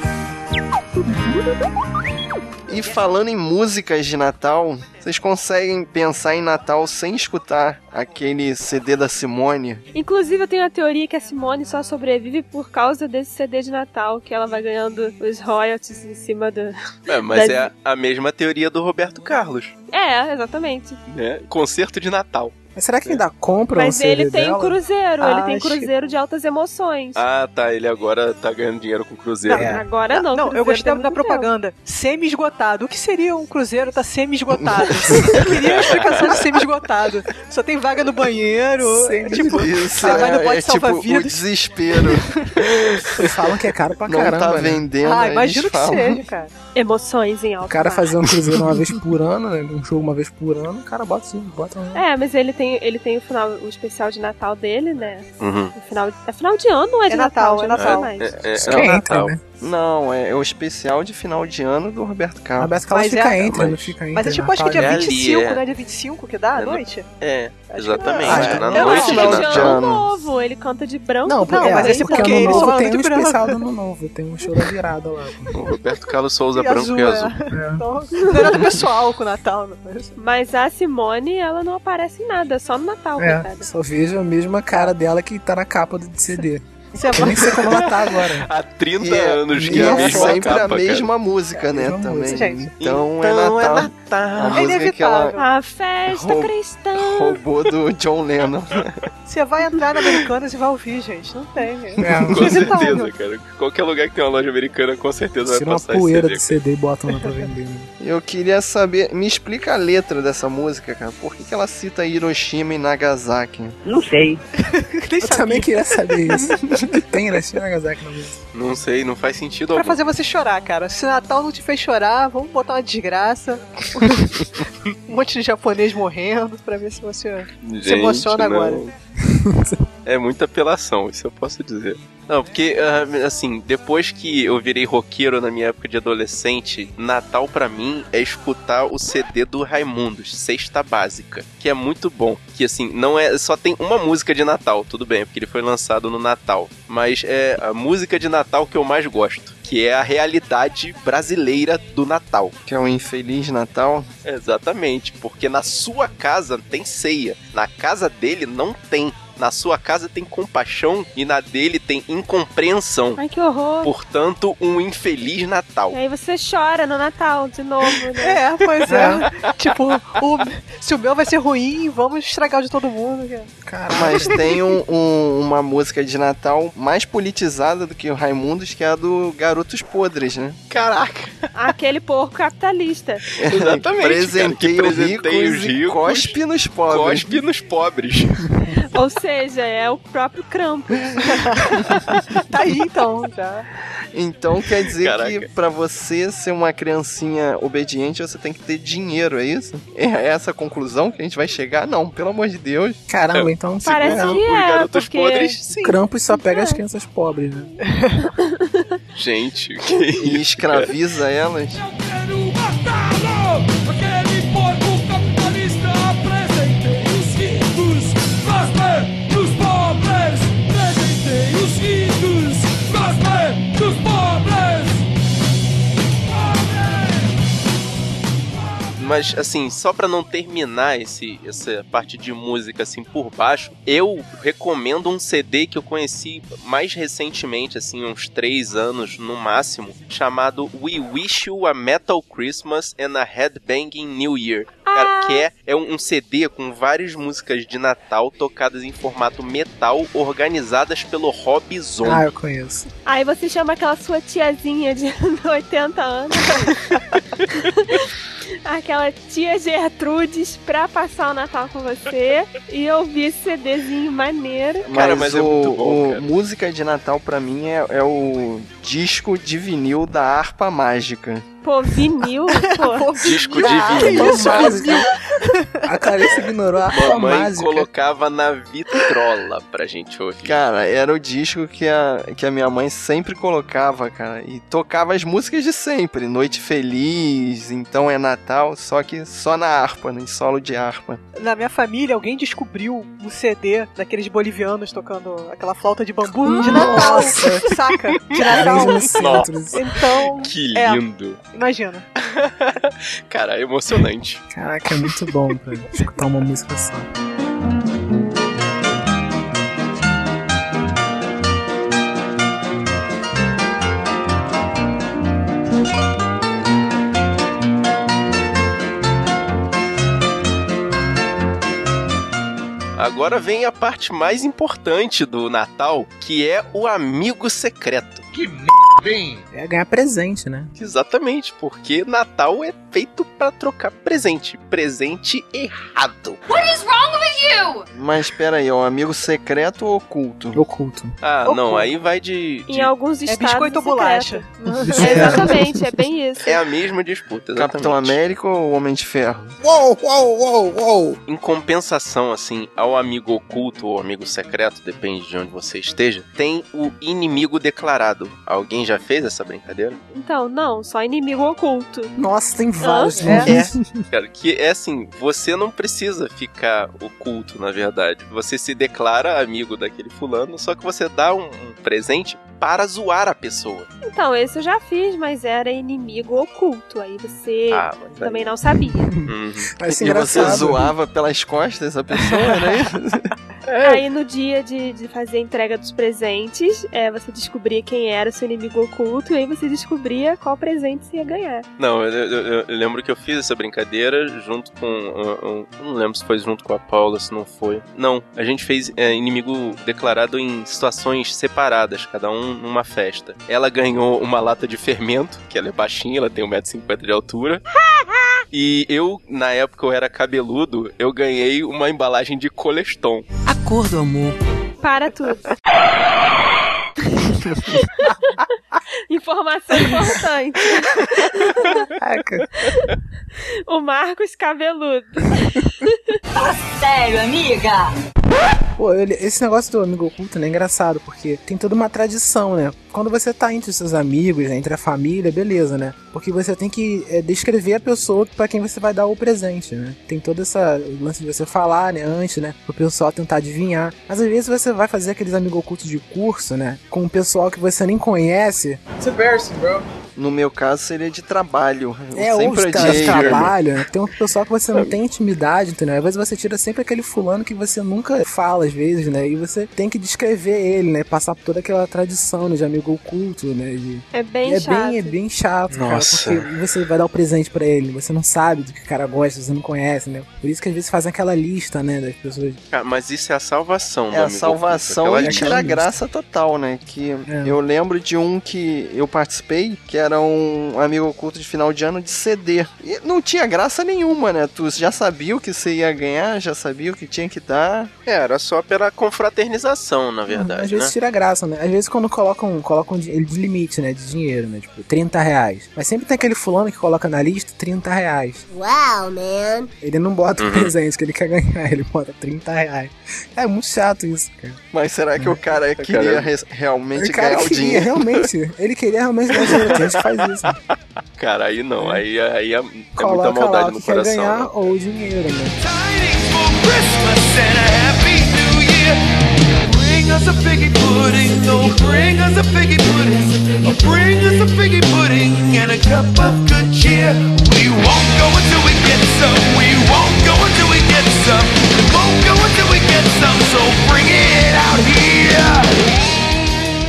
[SPEAKER 1] E falando em músicas de Natal, vocês conseguem pensar em Natal sem escutar aquele CD da Simone?
[SPEAKER 2] Inclusive, eu tenho a teoria que a Simone só sobrevive por causa desse CD de Natal, que ela vai ganhando os royalties em cima do.
[SPEAKER 3] É, mas
[SPEAKER 2] Deve-
[SPEAKER 3] é a, a mesma teoria do Roberto Carlos,
[SPEAKER 2] É, exatamente.
[SPEAKER 3] né? Concerto de Natal.
[SPEAKER 4] Mas será que ainda compra um
[SPEAKER 2] Mas
[SPEAKER 4] CD
[SPEAKER 2] ele tem
[SPEAKER 4] dela?
[SPEAKER 2] cruzeiro, ele tem
[SPEAKER 5] Acho.
[SPEAKER 2] cruzeiro de altas emoções.
[SPEAKER 3] Ah, tá, ele agora tá ganhando dinheiro com o
[SPEAKER 2] Não,
[SPEAKER 3] Cruzeiro.
[SPEAKER 1] É.
[SPEAKER 3] né?
[SPEAKER 2] agora não.
[SPEAKER 5] eu
[SPEAKER 2] cruzeiro
[SPEAKER 5] gostei
[SPEAKER 2] tem
[SPEAKER 5] da
[SPEAKER 2] muito
[SPEAKER 5] propaganda. Semi-esgotado. O que seria um cruzeiro tá
[SPEAKER 4] [LAUGHS]
[SPEAKER 5] semi-esgotado? Eu queria uma explicação de semi-esgotado. Só tem vaga no banheiro. é tipo,
[SPEAKER 1] Isso
[SPEAKER 5] ah, mas não
[SPEAKER 1] é,
[SPEAKER 5] pode
[SPEAKER 1] é
[SPEAKER 5] salvar
[SPEAKER 1] tipo o
[SPEAKER 5] vidas.
[SPEAKER 1] desespero.
[SPEAKER 4] Eles falam que é caro pra
[SPEAKER 1] Não
[SPEAKER 4] caramba,
[SPEAKER 1] tá
[SPEAKER 4] né?
[SPEAKER 1] vendendo,
[SPEAKER 5] ah,
[SPEAKER 1] eles
[SPEAKER 5] imagino que
[SPEAKER 1] falam.
[SPEAKER 5] seja, cara.
[SPEAKER 2] tempo. Emoções em alta.
[SPEAKER 4] O cara
[SPEAKER 2] mar.
[SPEAKER 4] fazer um cruzeiro uma vez por ano, né? Um jogo uma vez por ano, o cara bota sim, bota um.
[SPEAKER 2] É, mas ele tem, ele tem o final, o especial de Natal dele, né?
[SPEAKER 3] Uhum.
[SPEAKER 2] O final, é final de ano ou é de
[SPEAKER 5] É Natal,
[SPEAKER 2] Já
[SPEAKER 5] é
[SPEAKER 2] não sei
[SPEAKER 5] Natal.
[SPEAKER 2] mais.
[SPEAKER 3] É, é,
[SPEAKER 4] Isso
[SPEAKER 3] é o
[SPEAKER 4] que entra,
[SPEAKER 3] Natal.
[SPEAKER 4] né?
[SPEAKER 1] Não, é, é o especial de final de ano do Roberto
[SPEAKER 4] A
[SPEAKER 1] Carlos.
[SPEAKER 4] Bessa que ela
[SPEAKER 5] Mas
[SPEAKER 4] fica
[SPEAKER 5] é-
[SPEAKER 4] entre,
[SPEAKER 3] mas-
[SPEAKER 4] não fica entre.
[SPEAKER 5] Mas é tipo, acho que
[SPEAKER 4] Natal e
[SPEAKER 3] é
[SPEAKER 5] dia
[SPEAKER 3] ali,
[SPEAKER 5] 25,
[SPEAKER 3] é.
[SPEAKER 5] né? Dia 25 que dá à
[SPEAKER 3] É no-
[SPEAKER 5] noite?
[SPEAKER 3] É,
[SPEAKER 5] Acho
[SPEAKER 3] exatamente.
[SPEAKER 5] que-
[SPEAKER 3] Na
[SPEAKER 5] eu
[SPEAKER 3] noite
[SPEAKER 5] acho
[SPEAKER 3] de
[SPEAKER 2] é final de
[SPEAKER 1] Natal.
[SPEAKER 2] ano novo, ele canta de branco. né?
[SPEAKER 4] Não,
[SPEAKER 5] Não,
[SPEAKER 4] porque-
[SPEAKER 5] mas
[SPEAKER 4] é,
[SPEAKER 5] esse
[SPEAKER 4] porque
[SPEAKER 5] porque
[SPEAKER 4] ano
[SPEAKER 5] ele
[SPEAKER 4] novo
[SPEAKER 5] só
[SPEAKER 4] tem
[SPEAKER 5] anda
[SPEAKER 4] um
[SPEAKER 5] de branco.
[SPEAKER 4] especial do ano novo, tem um show da virada lá.
[SPEAKER 3] O Roberto Carlos só usa
[SPEAKER 5] E
[SPEAKER 3] branco e azul.
[SPEAKER 5] é. [LAUGHS] Então, não é nada pessoal com o Natal. Não.
[SPEAKER 2] Mas a Simone, ela não aparece em nada, só no Natal,
[SPEAKER 4] É,
[SPEAKER 2] coitada.
[SPEAKER 4] só vejo a mesma cara dela que tá na capa do CD.
[SPEAKER 5] Isso é
[SPEAKER 4] Eu nem sei como ela tá
[SPEAKER 3] [LAUGHS]
[SPEAKER 4] agora.
[SPEAKER 3] Há 30
[SPEAKER 1] E é-
[SPEAKER 3] anos que
[SPEAKER 1] E
[SPEAKER 3] é
[SPEAKER 1] é,
[SPEAKER 3] a
[SPEAKER 4] e
[SPEAKER 3] mesma
[SPEAKER 1] sempre
[SPEAKER 3] capa,
[SPEAKER 1] a mesma música,
[SPEAKER 4] É a
[SPEAKER 1] né,
[SPEAKER 4] mesma
[SPEAKER 1] também.
[SPEAKER 4] música,
[SPEAKER 5] gente.
[SPEAKER 1] então, é Natal. A
[SPEAKER 5] [LAUGHS] É
[SPEAKER 1] música que ela
[SPEAKER 5] inevitável.
[SPEAKER 2] A festa
[SPEAKER 1] Rou-
[SPEAKER 2] cristã.
[SPEAKER 1] roubou do John Lennon.
[SPEAKER 5] Você vai entrar na Americanas e vai ouvir, gente. Não tem. né?
[SPEAKER 4] É,
[SPEAKER 3] Com certeza,
[SPEAKER 5] Inevitável.
[SPEAKER 3] cara. Qualquer lugar que tem uma loja americana, com certeza vai
[SPEAKER 4] tira uma
[SPEAKER 3] passar esse
[SPEAKER 4] poeira
[SPEAKER 3] CD,
[SPEAKER 4] do CD e bota lá pra vender. né?
[SPEAKER 1] Eu queria saber, me explica a letra dessa música, cara. Por que, que ela cita Hiroshima e Nagasaki?
[SPEAKER 4] Eu
[SPEAKER 5] Nem sabia.
[SPEAKER 4] também queria saber
[SPEAKER 5] [LAUGHS]
[SPEAKER 4] isso. Tem né? Hiroshima e Nagasaki na música.
[SPEAKER 3] Não sei, não faz sentido
[SPEAKER 5] Pra
[SPEAKER 3] algum.
[SPEAKER 5] fazer você chorar, cara. Se Natal não te fez chorar, vamos botar uma desgraça. um monte de japonês morrendo pra ver se você.
[SPEAKER 3] Gente,
[SPEAKER 5] emociona
[SPEAKER 3] não.
[SPEAKER 5] agora.
[SPEAKER 3] [LAUGHS] É muita apelação, isso eu posso dizer. Não, porque, ah, assim, depois que eu virei roqueiro na minha época de adolescente, Natal pra mim é escutar o CD do Raimundos, Sexta Básica, que é muito bom. Que, assim, não é. Só tem uma música de Natal, tudo bem, porque ele foi lançado no Natal. Mas é a música de Natal que eu mais gosto, que é a realidade brasileira do Natal.
[SPEAKER 1] Que é um infeliz Natal.
[SPEAKER 3] Exatamente, porque na sua casa tem ceia, na casa dele não tem. Na sua casa tem compaixão e na dele tem incompreensão.
[SPEAKER 2] Ai, que horror.
[SPEAKER 3] Portanto, um infeliz Natal.
[SPEAKER 2] E aí você chora no Natal de novo,
[SPEAKER 5] [LAUGHS]
[SPEAKER 2] né?
[SPEAKER 5] É, pois é. tipo, o- se o meu vai ser ruim, vamos estragar o de todo mundo. cara.
[SPEAKER 1] Mas tem um- um- uma música de Natal mais politizada do que o Raimundos, que é a do Garotos Podres, né?
[SPEAKER 3] Caraca!
[SPEAKER 2] Aquele porco capitalista.
[SPEAKER 3] [LAUGHS] Exatamente.
[SPEAKER 1] Presentei,
[SPEAKER 3] cara, que
[SPEAKER 1] os ricos,
[SPEAKER 3] presentei os
[SPEAKER 1] e
[SPEAKER 3] ricos,
[SPEAKER 1] cospe nos pobres.
[SPEAKER 3] Cospe nos pobres.
[SPEAKER 2] Ou seja, é o próprio Crampo.
[SPEAKER 5] Tá aí então, já.
[SPEAKER 1] Então quer dizer
[SPEAKER 3] Caraca.
[SPEAKER 1] que pra você ser uma criancinha obediente, você tem que ter dinheiro, é isso? É essa a conclusão que a gente vai chegar? Não, pelo amor de
[SPEAKER 3] [LAUGHS]
[SPEAKER 1] Deus.
[SPEAKER 4] Caramba, então se
[SPEAKER 2] Parece
[SPEAKER 4] é,
[SPEAKER 2] que
[SPEAKER 3] os
[SPEAKER 2] é,
[SPEAKER 3] garotos
[SPEAKER 2] porque...
[SPEAKER 3] podres, sim.
[SPEAKER 4] Krampus só pega as crianças pobres, né?
[SPEAKER 3] Gente,
[SPEAKER 2] [LAUGHS]
[SPEAKER 3] que
[SPEAKER 1] E escraviza elas.
[SPEAKER 3] Mas, assim, só pra não terminar esse, essa parte de música, assim, por baixo, eu recomendo um CD que eu conheci mais recentemente, assim, uns três anos no máximo, chamado We Wish You a Metal Christmas and a Headbanging New Year. Cara, que é, é um, um CD com várias músicas de Natal tocadas em formato metal, organizadas pelo Rob Zombie.
[SPEAKER 4] Ah, eu conheço.
[SPEAKER 2] Aí você chama aquela sua tiazinha de [LAUGHS] 80 anos. [LAUGHS] aquela tia Gertrudes pra passar o Natal com você. E ouvir esse CDzinho maneiro.
[SPEAKER 3] Cara, mas é
[SPEAKER 1] o,
[SPEAKER 3] muito bom,
[SPEAKER 1] o-
[SPEAKER 3] cara.
[SPEAKER 1] música de Natal pra mim é, é o disco de vinil da harpa mágica.
[SPEAKER 2] Pô, vinil,
[SPEAKER 5] [LAUGHS]
[SPEAKER 2] pô.
[SPEAKER 3] Disco de
[SPEAKER 5] Ah,
[SPEAKER 3] vinil.
[SPEAKER 4] A Clarice ignorou a
[SPEAKER 3] Mamãe
[SPEAKER 4] famásica.
[SPEAKER 3] colocava na vitrola pra gente ouvir.
[SPEAKER 1] Cara, era o disco que a, que a minha mãe sempre colocava, cara. E tocava as músicas de sempre. Noite Feliz, Então é Natal, só que só na harpa, né? Em solo de harpa.
[SPEAKER 5] Na minha família, alguém descobriu um CD daqueles bolivianos tocando aquela flauta de bambu de Natal.
[SPEAKER 4] Nossa.
[SPEAKER 5] Saca? De
[SPEAKER 4] Parabéns
[SPEAKER 5] Natal.
[SPEAKER 4] no centro.
[SPEAKER 5] Então,
[SPEAKER 3] Que
[SPEAKER 5] É.
[SPEAKER 3] lindo.
[SPEAKER 5] imagina.
[SPEAKER 3] Cara, é emocionante.
[SPEAKER 4] Caraca, é muito bom pra escutar uma música só.
[SPEAKER 3] Agora vem a parte mais importante do Natal, que é o amigo secreto.
[SPEAKER 8] Vem.
[SPEAKER 4] É ganhar presente, né?
[SPEAKER 3] Exatamente, porque Natal é feito pra trocar presente. Presente errado.
[SPEAKER 1] Mas pera aí, é um amigo secreto ou oculto?
[SPEAKER 4] Oculto.
[SPEAKER 3] Ah,
[SPEAKER 5] Oculto.
[SPEAKER 3] não, aí vai de. de-
[SPEAKER 2] Em alguns estados.
[SPEAKER 5] é biscoito ou
[SPEAKER 2] secreto.
[SPEAKER 5] bolacha?
[SPEAKER 2] É, [LAUGHS] exatamente, é bem isso.
[SPEAKER 3] É a mesma disputa, exatamente.
[SPEAKER 1] Capitão América ou Homem de Ferro?
[SPEAKER 8] Uou, uou, uou, uou.
[SPEAKER 3] Em compensação, assim, ao amigo oculto ou amigo secreto, depende de onde você esteja, tem o inimigo declarado. Alguém já fez essa brincadeira?
[SPEAKER 2] Então, não, só inimigo oculto.
[SPEAKER 4] Nossa, tem vários.
[SPEAKER 5] Ah,
[SPEAKER 4] né?
[SPEAKER 5] é.
[SPEAKER 3] Cara, que é assim, você não precisa ficar oculto, na verdade. Você se declara amigo daquele fulano, só que você dá um, um presente para zoar a pessoa.
[SPEAKER 2] Então, esse eu já fiz, mas era inimigo oculto. Aí você
[SPEAKER 3] Ah, mas aí-
[SPEAKER 2] também não sabia.
[SPEAKER 3] Uhum.
[SPEAKER 4] Vai ser
[SPEAKER 1] e você
[SPEAKER 4] engraçado.
[SPEAKER 1] zoava pelas costas a pessoa, né?
[SPEAKER 2] Aí no dia de, de fazer a entrega dos presentes, é, você descobria quem era o seu inimigo oculto e aí você descobria qual presente você ia ganhar.
[SPEAKER 3] Não, eu, eu- eu- eu lembro que eu fiz essa brincadeira junto com. uh, uh, não lembro se foi junto com a Paula, se não foi. Não, a gente fez é, inimigo declarado em situações separadas, cada um numa festa. Ela ganhou uma lata de fermento, que ela é baixinha, ela tem 1,50m de altura. E eu, na época eu era cabeludo, eu ganhei uma embalagem de colestom.
[SPEAKER 11] A cor do amor.
[SPEAKER 2] Para tudo. [LAUGHS] Informação importante.
[SPEAKER 4] É. Caraca.
[SPEAKER 2] O Marcos Cabeludo.
[SPEAKER 11] Sério, amiga?
[SPEAKER 4] Pô, ele- esse negócio do amigo oculto né, é engraçado, porque tem toda uma tradição, né? Quando você tá entre os seus amigos, né, entre a família, beleza, né? Porque você tem que é, descrever a pessoa pra quem você vai dar o presente, né? Tem todo essa o lance de você falar, né, antes, né? Pro pessoal tentar adivinhar. Mas às vezes você vai fazer aqueles amigos ocultos de curso, né? Com um pessoal que você nem conhece.
[SPEAKER 11] It's embarrassing, bro.
[SPEAKER 1] No meu caso seria de trabalho. Eu
[SPEAKER 4] É, ou
[SPEAKER 1] sempre
[SPEAKER 4] os caras
[SPEAKER 1] odiei.
[SPEAKER 4] trabalham, né? tem um pessoal que você não tem intimidade, entendeu? Às vezes você tira sempre aquele fulano que você nunca fala, às vezes, né? E você tem que descrever ele, né? Passar por toda aquela tradição né, de amigo oculto, né? De...
[SPEAKER 2] É bem
[SPEAKER 4] é
[SPEAKER 2] chato.
[SPEAKER 4] bem, é bem chato,
[SPEAKER 11] Nossa.
[SPEAKER 4] cara, porque você vai dar o presente pra ele, você não sabe do que o cara gosta, você não conhece, né? Por isso que às vezes fazem aquela lista, né, das pessoas.
[SPEAKER 3] Cara, mas isso é a salvação, do
[SPEAKER 1] É a
[SPEAKER 3] amigo
[SPEAKER 1] salvação
[SPEAKER 3] oculto,
[SPEAKER 1] e
[SPEAKER 3] aquela
[SPEAKER 1] tira a
[SPEAKER 4] lista.
[SPEAKER 1] graça total, né? Que eu lembro de um que eu participei, que era um amigo oculto de final de ano de CD. E não tinha graça nenhuma, né? Tu já sabia o que você ia ganhar, já sabia o que tinha que dar.
[SPEAKER 3] É, era só pela confraternização, na
[SPEAKER 4] Às
[SPEAKER 3] verdade, né?
[SPEAKER 4] vezes tira graça, né? Às vezes quando colocam, colocam de- ele de limite, né? De dinheiro, né? Tipo, 30 reais. Mas sempre tem aquele fulano que coloca na lista 30 reais.
[SPEAKER 7] Wow, man.
[SPEAKER 4] Ele não bota o
[SPEAKER 3] Uhum.
[SPEAKER 4] presente que ele quer ganhar, ele bota 30 reais. É muito chato isso, cara.
[SPEAKER 1] Mas será que o
[SPEAKER 4] [LAUGHS]
[SPEAKER 1] cara queria
[SPEAKER 3] Cara,
[SPEAKER 1] res- realmente
[SPEAKER 4] o cara
[SPEAKER 1] ganhar o
[SPEAKER 4] queria,
[SPEAKER 1] dinheiro?
[SPEAKER 4] realmente. Ele queria realmente ganhar dinheiro. Tem gente que faz
[SPEAKER 3] [LAUGHS] É
[SPEAKER 4] isso.
[SPEAKER 3] Cara, aí não, aí, aí é, é muita
[SPEAKER 4] Coloca lá
[SPEAKER 3] maldade
[SPEAKER 4] o
[SPEAKER 3] no
[SPEAKER 4] que quer
[SPEAKER 3] coração.
[SPEAKER 4] ganhar
[SPEAKER 3] né?
[SPEAKER 4] ou o dinheiro, né?
[SPEAKER 11] Tidings for Christmas and a happy new year. Bring us a figgy pudding, oh, bring us a figgy pudding. Oh, bring us a figgy pudding and a cup of good cheer. We won't go until we get some, we won't go until we get some. We won't go until we get some, so bring it out here.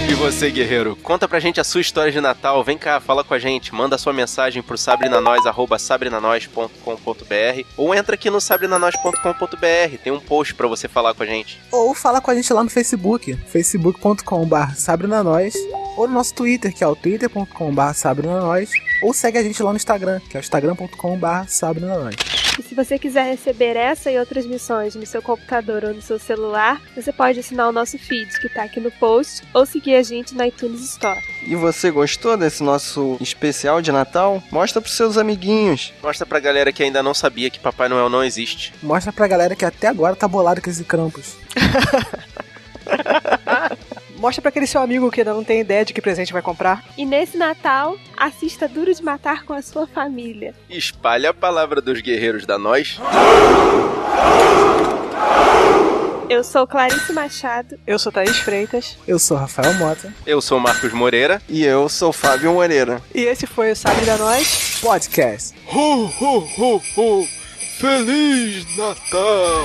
[SPEAKER 3] E você, guerreiro, conta pra gente a sua história de Natal. Vem cá, fala com a gente. Manda sua mensagem pro sabrinanois, arroba sabrinanois.com.br ou entra aqui no sabrinanois.com.br. Tem um post pra você falar com a gente.
[SPEAKER 4] Ou fala com a gente lá no Facebook, facebook.com.br sabrinanois, ou no nosso Twitter, que é o twitter.com.br sabrinanois, ou segue a gente lá no Instagram, que é o instagram.com.br sabrinanois.
[SPEAKER 2] E se você quiser receber essa e outras missões no seu computador ou no seu celular, você pode assinar o nosso feed que tá aqui no post ou seguir a gente na iTunes Store.
[SPEAKER 1] E você gostou desse nosso especial de Natal? Mostra pros seus amiguinhos.
[SPEAKER 3] Mostra pra galera que ainda não sabia que Papai Noel não existe.
[SPEAKER 4] Mostra pra galera que até agora tá bolado com esse Krampus.
[SPEAKER 5] Mostra pra aquele seu amigo que ainda não tem ideia de que presente vai comprar.
[SPEAKER 2] E nesse Natal, assista Duro de Matar com a sua família.
[SPEAKER 3] Espalha a palavra dos guerreiros da Nós.
[SPEAKER 2] Eu sou Clarice Machado.
[SPEAKER 5] Eu sou Thaís Freitas
[SPEAKER 4] Eu sou Rafael Mota,
[SPEAKER 3] Eu sou Marcos Moreira.
[SPEAKER 1] E eu sou Fábio Moreira.
[SPEAKER 5] e esse foi o Sabe da Nós.
[SPEAKER 4] podcast.
[SPEAKER 9] Ho, ho, ho, ho! Feliz Natal!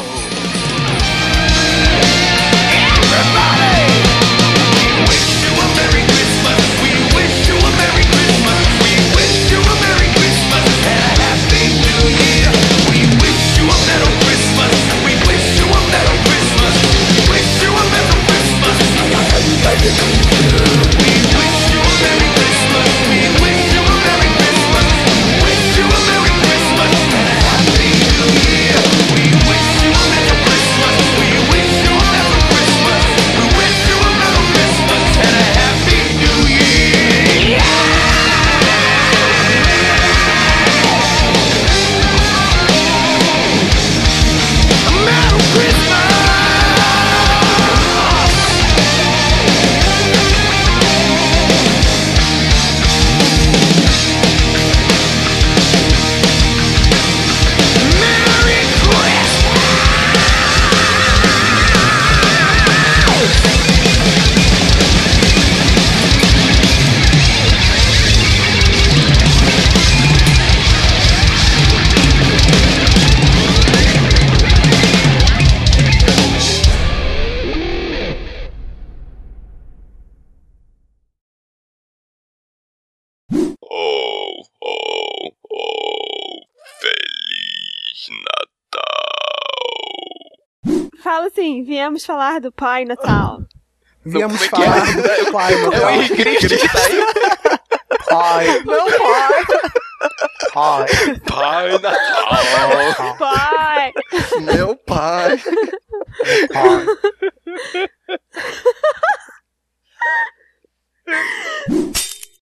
[SPEAKER 3] Oh, oh, oh. Feliz Natal.
[SPEAKER 2] Fala assim, viemos falar do Pai Natal.
[SPEAKER 4] Viemos falar
[SPEAKER 3] [LAUGHS]
[SPEAKER 4] do Pai
[SPEAKER 3] É o
[SPEAKER 4] Natal.
[SPEAKER 3] Henrique Cristo que tá aí.
[SPEAKER 4] Pai,
[SPEAKER 5] Não pode!
[SPEAKER 4] pai,
[SPEAKER 3] Pai Natal.
[SPEAKER 2] Pai!
[SPEAKER 1] Meu pai.
[SPEAKER 4] pai.